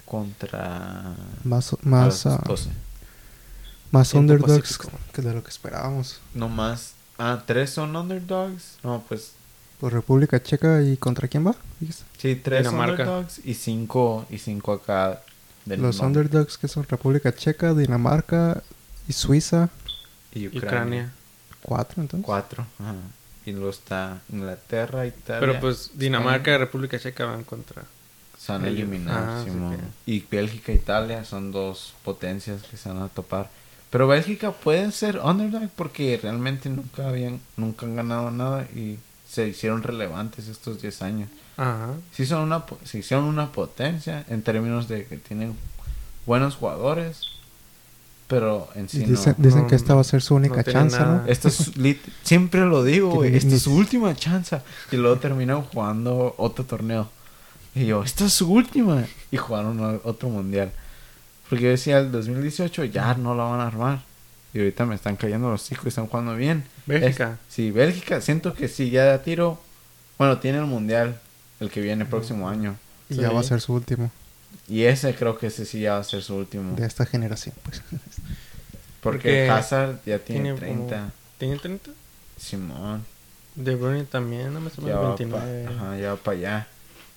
Speaker 3: contra...
Speaker 1: Más,
Speaker 3: a las
Speaker 1: más, ah,
Speaker 3: 12.
Speaker 1: más
Speaker 2: Tiempo
Speaker 1: underdogs
Speaker 2: pacífico.
Speaker 1: que de lo que esperábamos.
Speaker 3: No más. Ah, tres son underdogs. No, pues
Speaker 1: Por República Checa y contra quién va? Dijiste.
Speaker 3: sí, tres
Speaker 2: Dinamarca.
Speaker 3: underdogs y cinco, y cinco acá del
Speaker 1: Los
Speaker 3: norte.
Speaker 1: underdogs que son República Checa, Dinamarca y Suiza.
Speaker 3: y Ucrania.
Speaker 2: Ucrania.
Speaker 1: Cuatro, entonces.
Speaker 3: Cuatro. Ajá. Y luego está Inglaterra, Italia.
Speaker 2: Pero pues Dinamarca y República Checa van contra.
Speaker 3: Se han
Speaker 2: Ellos-
Speaker 3: eliminado,
Speaker 2: Ah, sí
Speaker 3: Simón. Y Bélgica e Italia son dos potencias que se van a topar. Pero Bélgica puede ser underdog porque realmente nunca habían, nunca han ganado nada y se hicieron relevantes estos 10 años.
Speaker 2: Ajá.
Speaker 3: sí son una po- sí son una potencia en términos de que tienen buenos jugadores pero en
Speaker 1: Y
Speaker 3: sí
Speaker 1: dicen
Speaker 3: no
Speaker 1: dicen
Speaker 2: no,
Speaker 1: que esta va a ser su única
Speaker 2: tiene
Speaker 1: chance,
Speaker 2: nada.
Speaker 1: ¿no?
Speaker 3: Esta es su- lit- siempre lo digo güey,
Speaker 1: Tienen
Speaker 3: esta es su
Speaker 1: mis-
Speaker 3: última chance y luego terminan jugando otro torneo y yo esta es su última y jugaron a- otro mundial porque yo decía el 2018 ya no la van a armar y ahorita me están cayendo los hijos y están jugando bien
Speaker 2: Bélgica.
Speaker 3: Es- sí Bélgica siento que sí ya da tiro bueno tiene el mundial el que viene el próximo año
Speaker 1: Mm. Y ya
Speaker 2: Sí.
Speaker 1: va a ser su último
Speaker 3: y ese creo que ese sí ya va a ser su último.
Speaker 1: de esta generación, pues. *laughs*
Speaker 3: Porque,
Speaker 2: Porque
Speaker 3: Hazard ya tiene,
Speaker 2: tiene como-
Speaker 3: 30.
Speaker 2: ¿Tiene 30?
Speaker 3: Simón.
Speaker 2: De Bruyne también, no me
Speaker 3: Ya
Speaker 2: suma
Speaker 3: va,
Speaker 2: 29.
Speaker 3: pa- ajá, ya va para allá.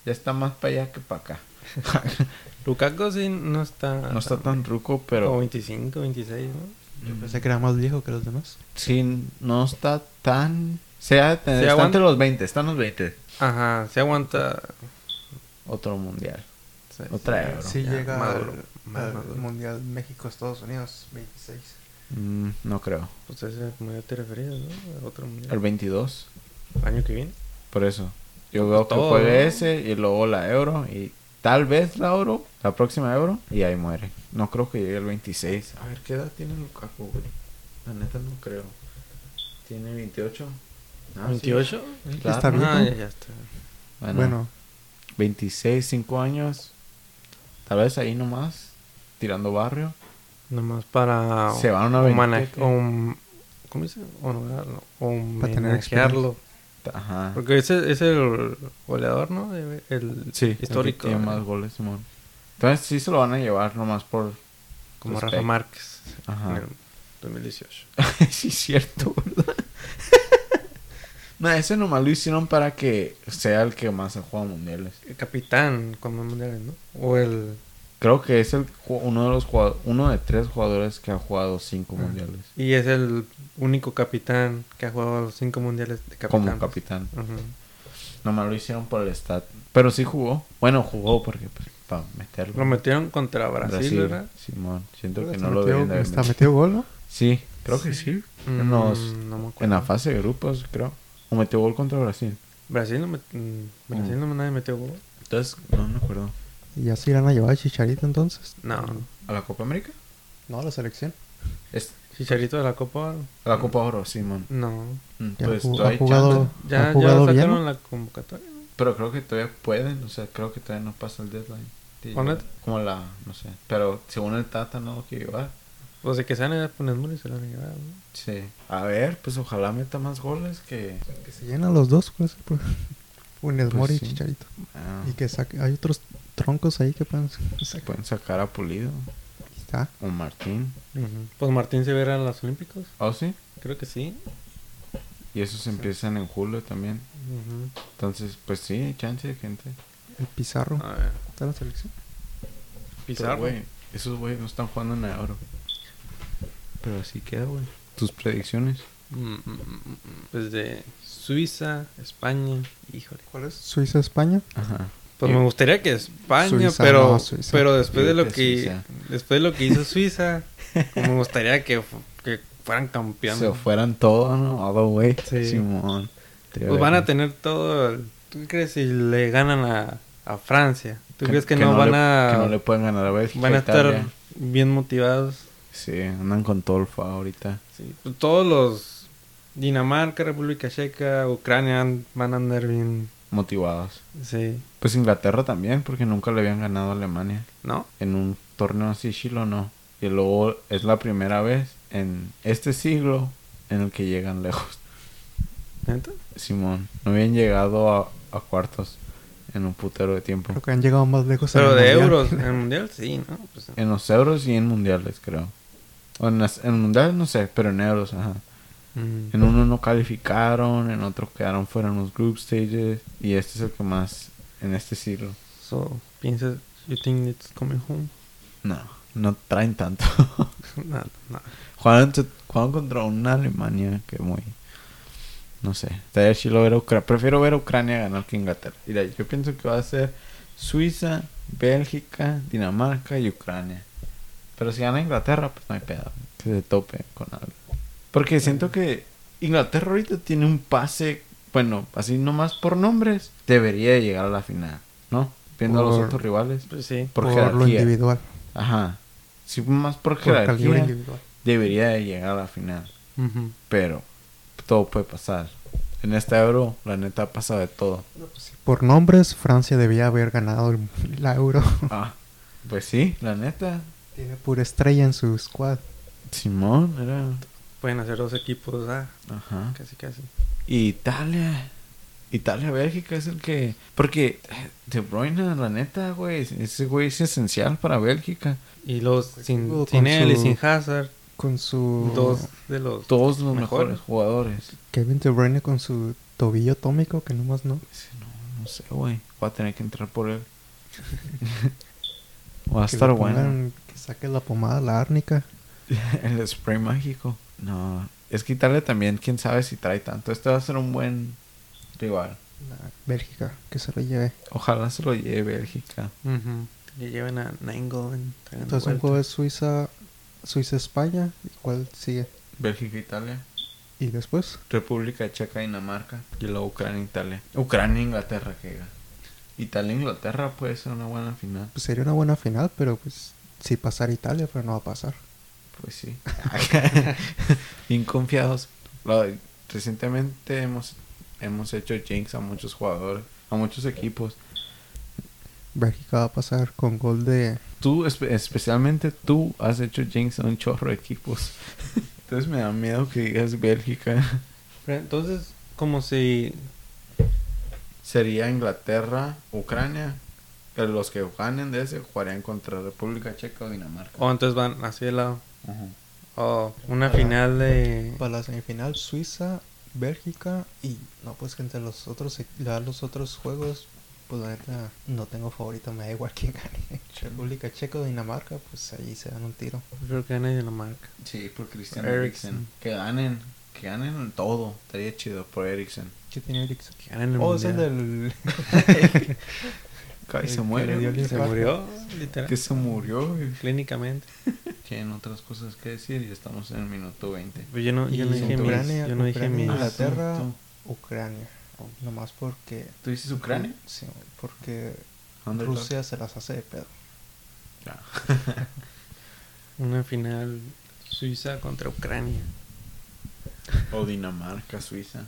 Speaker 3: Ya está más para allá que para *laughs* acá.
Speaker 2: Lukaku sí no está.
Speaker 3: No está tan ruco,
Speaker 2: O
Speaker 3: pero...
Speaker 2: 25, 26, ¿no?
Speaker 1: Yo pensé que era más viejo que los demás.
Speaker 3: Sí, no está tan... Se ha de tener-
Speaker 2: Se
Speaker 3: está
Speaker 2: aguanta-
Speaker 3: entre los 20, están los 20.
Speaker 2: Ajá, se aguanta.
Speaker 3: Otro mundial.
Speaker 2: Sí,
Speaker 3: Otra
Speaker 2: sí,
Speaker 3: euro.
Speaker 1: Sí
Speaker 2: ya,
Speaker 1: llega
Speaker 2: maduro,
Speaker 1: al-
Speaker 2: más
Speaker 1: al
Speaker 2: maduro.
Speaker 1: Mundial México-Estados Unidos, 26.
Speaker 3: Mm, no creo.
Speaker 2: Pues ese, como ya te referías, ¿no? A Otro mundial.
Speaker 3: El 22.
Speaker 2: año que viene.
Speaker 3: Por eso. Yo veo que
Speaker 2: todo,
Speaker 3: juegue
Speaker 2: ¿no?
Speaker 3: ese y luego la euro y tal vez la euro, la próxima euro y ahí muere. No creo que llegue el 26. A ver, ¿qué edad tiene Lukaku, güey? La neta no creo. ¿Tiene 28? Ah, sí.
Speaker 2: ¿28?
Speaker 3: Claro.
Speaker 1: Está bien.
Speaker 2: Ah, ya, ya está.
Speaker 3: Bueno,
Speaker 1: bueno,
Speaker 3: 26, 5 años. Tal vez ahí nomás, tirando barrio.
Speaker 2: Nomás para.
Speaker 3: Se van a una
Speaker 2: humana-
Speaker 3: 20, ¿qué?
Speaker 2: hom- ¿Cómo dice? Honorarlo.
Speaker 1: Para tener
Speaker 2: Homenajearlo.
Speaker 3: Ajá.
Speaker 2: Porque ese es el goleador, ¿no? De- El
Speaker 3: Sí, el que
Speaker 2: histórico.
Speaker 3: Tiene
Speaker 2: ¿no?
Speaker 3: más goles, Simón. Entonces sí se lo van a llevar nomás por.
Speaker 2: Como
Speaker 3: Pues,
Speaker 2: Rafa
Speaker 3: eh. *laughs*
Speaker 2: Márquez.
Speaker 3: Ajá.
Speaker 2: En el 2018.
Speaker 3: sí, cierto, ¿verdad? *laughs* No, ese nomás lo hicieron para que sea el que más ha jugado mundiales.
Speaker 2: El capitán con más mundiales, ¿no? O el...
Speaker 3: Creo que es el ju- uno de los jugado- uno de tres jugadores que ha jugado cinco
Speaker 2: Ah,
Speaker 3: mundiales.
Speaker 2: Y es el único capitán que ha jugado los cinco mundiales de capitán.
Speaker 3: Como capitán.
Speaker 2: Ujú.
Speaker 3: Nomás lo hicieron por el stat. Pero sí jugó. Bueno, jugó porque pues, para meterlo.
Speaker 2: Lo metieron contra Brasil, ¿verdad?
Speaker 3: Simón, siento que
Speaker 1: Está
Speaker 3: no lo
Speaker 1: metido-
Speaker 3: deben de haber
Speaker 1: Está
Speaker 3: metido.
Speaker 1: metido gol, ¿no?
Speaker 3: Sí, creo que sí. En, los-
Speaker 2: Mm, no me acuerdo.
Speaker 3: en la fase de grupos, creo. O metió gol contra Brasil.
Speaker 2: Brasil no, met- mm, Brasil no nadie metió gol.
Speaker 3: Entonces, no me acuerdo.
Speaker 1: ¿Y ya se irán a llevar a Chicharito entonces?
Speaker 2: No.
Speaker 3: ¿A la Copa América?
Speaker 1: No, a la selección.
Speaker 3: Es,
Speaker 2: Chicharito de la Copa,
Speaker 3: a la Copa Oro, Simón.
Speaker 2: no.
Speaker 3: Mm,
Speaker 1: Ya
Speaker 3: Pues
Speaker 1: ju-
Speaker 3: todavía
Speaker 1: ha jugado,
Speaker 3: chance.
Speaker 2: Ya,
Speaker 1: ha
Speaker 2: ya
Speaker 1: jugado bien.
Speaker 2: sacaron la convocatoria.
Speaker 3: Pero creo que todavía pueden. O sea, creo que todavía no pasa el deadline. Sí,
Speaker 2: ¿O neta?
Speaker 3: Como la, no sé. Pero según el Tata no lo quiere llevar.
Speaker 2: Pues de que se van a poner Muri se la van a llevar, ¿no?
Speaker 3: Sí. A ver, pues ojalá meta más goles que...
Speaker 1: Que se llenan los dos, pues. pues. Funes
Speaker 3: Pues
Speaker 1: Mori
Speaker 3: sí.
Speaker 1: y Chicharito.
Speaker 3: Ah, pues.
Speaker 1: Y que saque, hay otros troncos ahí que pueden
Speaker 3: se
Speaker 1: sacar.
Speaker 3: pueden sacar a Pulido
Speaker 1: Ahí está.
Speaker 3: o Martín.
Speaker 2: Ujú. Pues Martín se verá en los Olímpicos,
Speaker 3: ¿Oh, sí?
Speaker 2: creo que sí.
Speaker 3: Y esos empiezan en julio también.
Speaker 2: Ujú.
Speaker 3: Entonces, pues sí, hay chance de gente.
Speaker 1: El Pizarro.
Speaker 3: Ah.
Speaker 2: A ver,
Speaker 1: Está en la selección.
Speaker 3: Pero,
Speaker 2: Pizarro.
Speaker 3: güey, esos güeyes no están jugando en oro. Pero así queda, güey. Tus predicciones.
Speaker 2: Mm, mm, mm, mm. Pues de Suiza, España, híjole.
Speaker 1: ¿Cuál es? Suiza, España.
Speaker 3: Ajá.
Speaker 2: Pues
Speaker 3: Y-
Speaker 2: me gustaría que España,
Speaker 1: Suiza,
Speaker 2: pero
Speaker 1: no, Suiza.
Speaker 2: pero después de
Speaker 3: Creo
Speaker 2: lo que,
Speaker 3: que Suiza.
Speaker 2: después de lo que hizo
Speaker 3: *laughs*
Speaker 2: Suiza, pues me gustaría que, fu- que fueran campeones.
Speaker 3: Se fueran todos, ¿no? All the way.
Speaker 2: Sí.
Speaker 3: Simón.
Speaker 2: Pues van a tener todo. el- ¿Tú crees si le ganan a, a Francia? ¿Tú crees que, no, van
Speaker 3: le-
Speaker 2: a
Speaker 3: Que no le pueden ganar a Bélgica.
Speaker 2: van a estar
Speaker 3: Italia?
Speaker 2: bien motivados?
Speaker 3: Sí, andan con todo el fa ahorita.
Speaker 2: Sí, pues todos los Dinamarca, República Checa, Ucrania an- van a andar bien.
Speaker 3: Motivados.
Speaker 2: Sí,
Speaker 3: Pues Inglaterra también, porque nunca le habían ganado a Alemania.
Speaker 2: ¿no?
Speaker 3: en un torneo así chilo no. Y luego es la primera vez en este siglo en el que llegan lejos.
Speaker 2: ¿Neta?
Speaker 3: Simón, no habían llegado a, a cuartos en un putero de tiempo.
Speaker 1: Creo que han llegado más lejos. Pues, en
Speaker 2: Pero
Speaker 1: el
Speaker 2: de
Speaker 1: Mundial.
Speaker 2: euros, en
Speaker 3: eh.
Speaker 1: *laughs*
Speaker 2: el mundial sí, ¿no? Pues,
Speaker 3: En los euros y en mundiales, creo. O en, las- en mundiales no sé, pero en euros, ajá.
Speaker 2: mm.
Speaker 3: En uno no calificaron, en otro quedaron fuera en los group stages. Y este es el que más en este siglo.
Speaker 2: So, piensas, you think it's coming home? *laughs*
Speaker 3: No, no traen tanto. *laughs*
Speaker 2: No, no.
Speaker 3: Jugaron, jugaron contra una Alemania que muy... No sé. Estaría chilo ver a Ucrania. Prefiero ver a Ucrania ganar que Inglaterra. Mira, yo pienso que va a ser Suiza, Bélgica, Dinamarca y Ucrania. Pero si gana Inglaterra, pues no hay pedo. Que se tope con algo. Porque siento que Inglaterra ahorita tiene un pase... Bueno, así nomás por nombres, debería de llegar a la final, ¿no? Viendo a los
Speaker 1: Por-
Speaker 3: otros rivales.
Speaker 2: Pues sí.
Speaker 3: Por,
Speaker 1: Por, lo
Speaker 3: jerarquía.
Speaker 1: individual.
Speaker 3: Ajá. Sí, más por
Speaker 1: Por calibre
Speaker 3: jerarquía
Speaker 1: individual.
Speaker 3: debería de llegar a la final.
Speaker 2: Ujú.
Speaker 3: Pero todo puede pasar. En este euro, la neta ha pasado de *laughs* todo.
Speaker 1: Por nombres, Francia debía haber ganado el,
Speaker 3: *laughs*
Speaker 1: la euro.
Speaker 3: Ah, pues sí, la neta.
Speaker 1: Tiene pura estrella en su squad.
Speaker 3: Simón era.
Speaker 2: Pueden hacer dos equipos, ah,
Speaker 3: Ajá.
Speaker 2: casi casi.
Speaker 3: Y Italia. Italia-Bélgica es el que. Porque eh, De Bruyne, la neta, güey. Ese güey es esencial para Bélgica.
Speaker 2: Y los sin,
Speaker 1: Pues, con
Speaker 2: sin él y
Speaker 1: su-
Speaker 2: sin Hazard,
Speaker 1: Con su.
Speaker 2: dos de los
Speaker 3: Todos los
Speaker 2: Mejores.
Speaker 3: mejores jugadores.
Speaker 1: Kevin De Bruyne con su tobillo atómico, que nomás no.
Speaker 3: Dice, no, no sé, güey. Voy a tener que entrar por *laughs* él. Va a
Speaker 1: que le
Speaker 3: estar bueno.
Speaker 1: pongan- Que saque la pomada, la árnica.
Speaker 3: *laughs* El spray mágico. No, es quitarle también, quién sabe si trae tanto. Este va a ser un buen rival.
Speaker 1: la Bélgica, que se lo lleve.
Speaker 3: Ojalá se lo lleve Bélgica.
Speaker 2: Ujú. que lleven a Nangle en
Speaker 1: Entonces un juego es Suiza, Suiza España, y cuál sigue.
Speaker 3: Bélgica, Italia.
Speaker 1: Y después,
Speaker 3: República Checa, Dinamarca. Y luego Ucrania, Italia. Ucrania, Inglaterra, que llega. Italia, Inglaterra puede ser una buena final.
Speaker 1: pues sería una buena final, pero pues sí pasar Italia, pero no va a pasar.
Speaker 3: Pues sí. *laughs* Bien confiados. Lo- Recientemente hemos, hemos hecho jinx a muchos jugadores, a muchos equipos.
Speaker 1: Bélgica va a pasar con gol de
Speaker 3: Tú, espe- especialmente tú, has hecho jinx a un chorro de *laughs* equipos. Entonces me da miedo que digas Bélgica.
Speaker 2: Pero entonces, como si.
Speaker 3: Sería Inglaterra, Ucrania. que Los que ganen de ese jugarían contra República Checa o Dinamarca.
Speaker 2: O Oh, entonces van así de lado.
Speaker 3: Ajá.
Speaker 2: O una
Speaker 1: Para-
Speaker 2: final de.
Speaker 1: para la semifinal Suiza, Bélgica y no pues que entre los otros e- ya los otros juegos pues la neta no tengo favorito me da igual *laughs* quién gane República Checa o Dinamarca pues ahí se dan un tiro
Speaker 2: Creo que nadie lo marca.
Speaker 3: Sí, por Christian
Speaker 2: Eriksen.
Speaker 3: Eriksen. Que ganen, que ganen en todo. Estaría chido por Eriksen.
Speaker 1: ¿qué tiene Eriksen?
Speaker 2: Que ganen el
Speaker 1: oh es el
Speaker 2: mundial.
Speaker 1: del
Speaker 3: Ay,
Speaker 1: El
Speaker 3: se
Speaker 1: que
Speaker 3: muere.
Speaker 1: le dio el
Speaker 3: güey.
Speaker 2: Se
Speaker 1: impacto.
Speaker 2: murió, literal.
Speaker 3: Que se murió, güey.
Speaker 2: Clínicamente.
Speaker 3: Tienen otras cosas que decir y estamos en el minuto 20.
Speaker 2: Pero yo no, yo no
Speaker 1: Y
Speaker 2: dije
Speaker 1: Ucrania-
Speaker 2: mis. Yo no dije
Speaker 1: Ucrania-
Speaker 2: mis.
Speaker 1: Ah, Inglaterra.
Speaker 3: ¿Tú,
Speaker 1: Ucrania oh, nomás porque
Speaker 3: tú dices Ucrania?
Speaker 1: sí güey, porque
Speaker 3: Underdog.
Speaker 1: Rusia se las hace de pedo
Speaker 3: Ya. *laughs*
Speaker 2: Una final Suiza contra Ucrania.
Speaker 3: O Dinamarca, Suiza.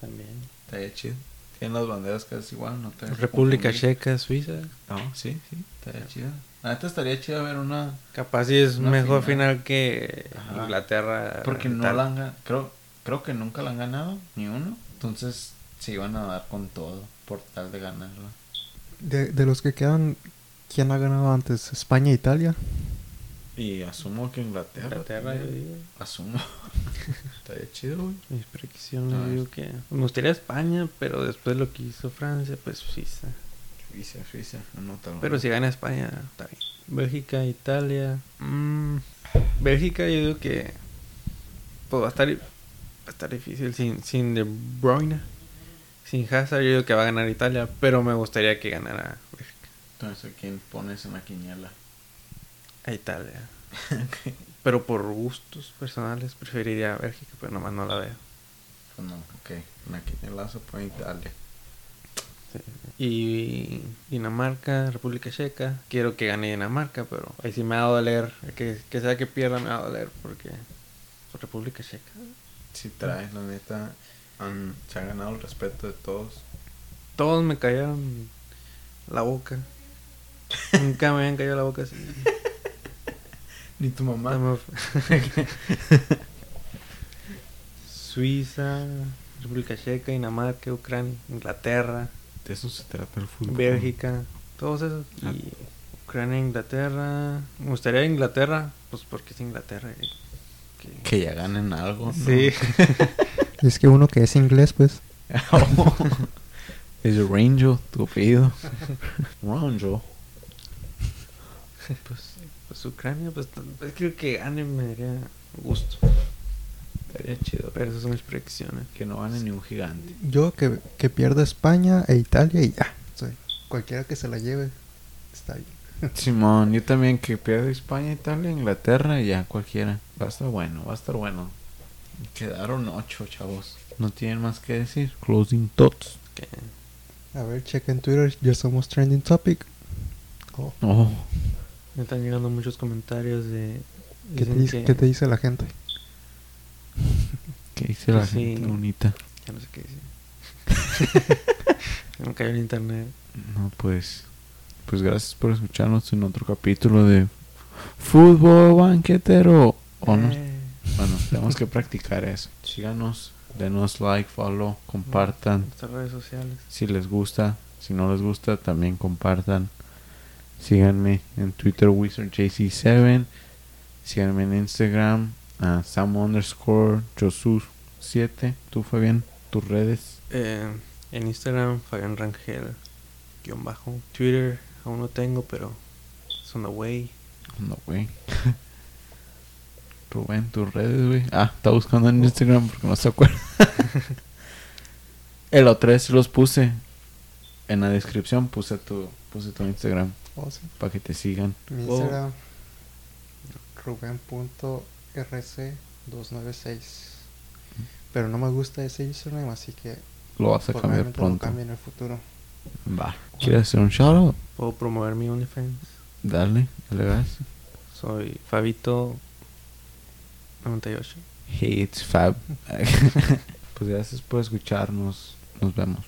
Speaker 2: También.
Speaker 3: Estaría chido. Tienen las banderas casi igual, no te
Speaker 2: República
Speaker 3: confundir.
Speaker 2: Checa, Suiza.
Speaker 3: No, sí, sí. Estaría chido. La neta estaría chido ver una.
Speaker 2: Capaz si es
Speaker 3: Una
Speaker 2: mejor
Speaker 3: final.
Speaker 2: final, que
Speaker 3: Ajá.
Speaker 2: Inglaterra.
Speaker 3: Porque no
Speaker 2: tal.
Speaker 3: la han ganado. Creo, creo que nunca la han ganado, ni uno. Entonces se iban a dar con todo por tal de ganarla.
Speaker 1: de, de los que quedan quién ha ganado antes España e Italia
Speaker 3: Y asumo que Inglaterra.
Speaker 2: Inglaterra, yo digo. *laughs*
Speaker 3: Asumo. Estaría chido, güey.
Speaker 2: Mis predicciones,
Speaker 3: A ver.
Speaker 2: digo que. Me gustaría España, pero después lo que hizo Francia, pues Suiza.
Speaker 3: Suiza, Suiza, anótalo.
Speaker 2: Pero si gana España, está bien. Bélgica, Italia. mm, Bélgica, yo digo que. Pues va a estar, va a estar difícil sin, sin De Bruyne. Sin Hazard, yo digo que va a ganar Italia, pero me gustaría que ganara Bélgica.
Speaker 3: Entonces, ¿a quién pones en la *laughs* quiniela?
Speaker 2: A Italia.
Speaker 3: Pues
Speaker 2: Pero por gustos personales preferiría a Bélgica, pero nomás no la veo.
Speaker 3: Pues no, ok. En la quiniela se pone Italia.
Speaker 2: Y Dinamarca, República Checa. Quiero que gane Dinamarca, pero ahí sí me va a doler. Que, que sea que pierda me va a doler porque por República Checa.
Speaker 3: Si traes, la neta, han- se ha ganado el respeto de todos.
Speaker 2: Todos me callaron la boca. Nunca me habían callado la boca así.
Speaker 3: Ni tu mamá.
Speaker 2: Dame of- Suiza, República Checa, Dinamarca, Ucrania, Inglaterra,
Speaker 3: *laughs* De eso se trata el fútbol.
Speaker 2: Bélgica, todos esos. Y Ucrania, Inglaterra. Me gustaría Inglaterra, pues porque es Inglaterra. y que-
Speaker 3: Que ya ganen algo. ¿no?
Speaker 2: Sí.
Speaker 1: y es que uno que es inglés pues
Speaker 3: *laughs* es Rango, tu pedido. Rango.
Speaker 2: *laughs* Pues, pues Ucrania, pues, t- pues creo que gane me daría gusto.
Speaker 3: Estaría chido.
Speaker 2: Pero esas son mis predicciones.
Speaker 3: Que no gane ni un gigante.
Speaker 1: Yo que, que pierda España e Italia y ya. O sea, cualquiera que se la lleve está bien.
Speaker 3: Simón, yo también que pierdo España, Italia, Inglaterra y ya cualquiera. Va a estar bueno, va a estar bueno. Quedaron ocho, chavos. No tienen más que decir. Closing thoughts.
Speaker 2: Que
Speaker 1: A ver, checa en Twitter, ya somos trending topic. Oh,
Speaker 3: No.
Speaker 2: me están llegando muchos comentarios de.
Speaker 1: ¿qué, te
Speaker 2: dicen
Speaker 1: dice, qué te dice la gente?
Speaker 3: ¿Qué dice la
Speaker 2: Sí.
Speaker 3: gente bonita?
Speaker 2: Ya no sé qué decir. *laughs* Se me cayó el internet.
Speaker 3: No, pues. Pues gracias por escucharnos en otro capítulo de Fútbol Banquetero. O no-
Speaker 2: Eh,
Speaker 3: Bueno, tenemos que practicar eso. Síganos, denos like, follow, compartan.
Speaker 2: Nuestras redes sociales.
Speaker 3: Si les gusta, si no les gusta, también compartan. Síganme en Twitter WizardJC7. Síganme en Instagram a Sam underscore Josu 7. Tú fue bien, tus redes.
Speaker 2: Eh, en Instagram, Fabián Rangel, guión bajo. Twitter, aún no tengo, pero es on the way.
Speaker 3: Pues No, güey. Rubén, tus redes, güey. Ah, está buscando en Instagram porque no se acuerda. El otro vez los puse. En la descripción puse tu, puse tu Instagram
Speaker 1: Oh, sí.
Speaker 3: para que te sigan.
Speaker 1: Mi
Speaker 2: Oh.
Speaker 1: Instagram, ruben.rc296. Pero no me gusta ese username, así que
Speaker 3: Lo vas a cambiar
Speaker 1: probablemente lo
Speaker 3: pronto.
Speaker 1: cambie en el futuro.
Speaker 3: Va. ¿Quieres hacer un shoutout?
Speaker 2: Puedo promover mi OnlyFans.
Speaker 3: Dale, dale gas.
Speaker 2: Soy Fabito98.
Speaker 3: *laughs* Hey, it's Fab. pues gracias por escucharnos. Nos vemos.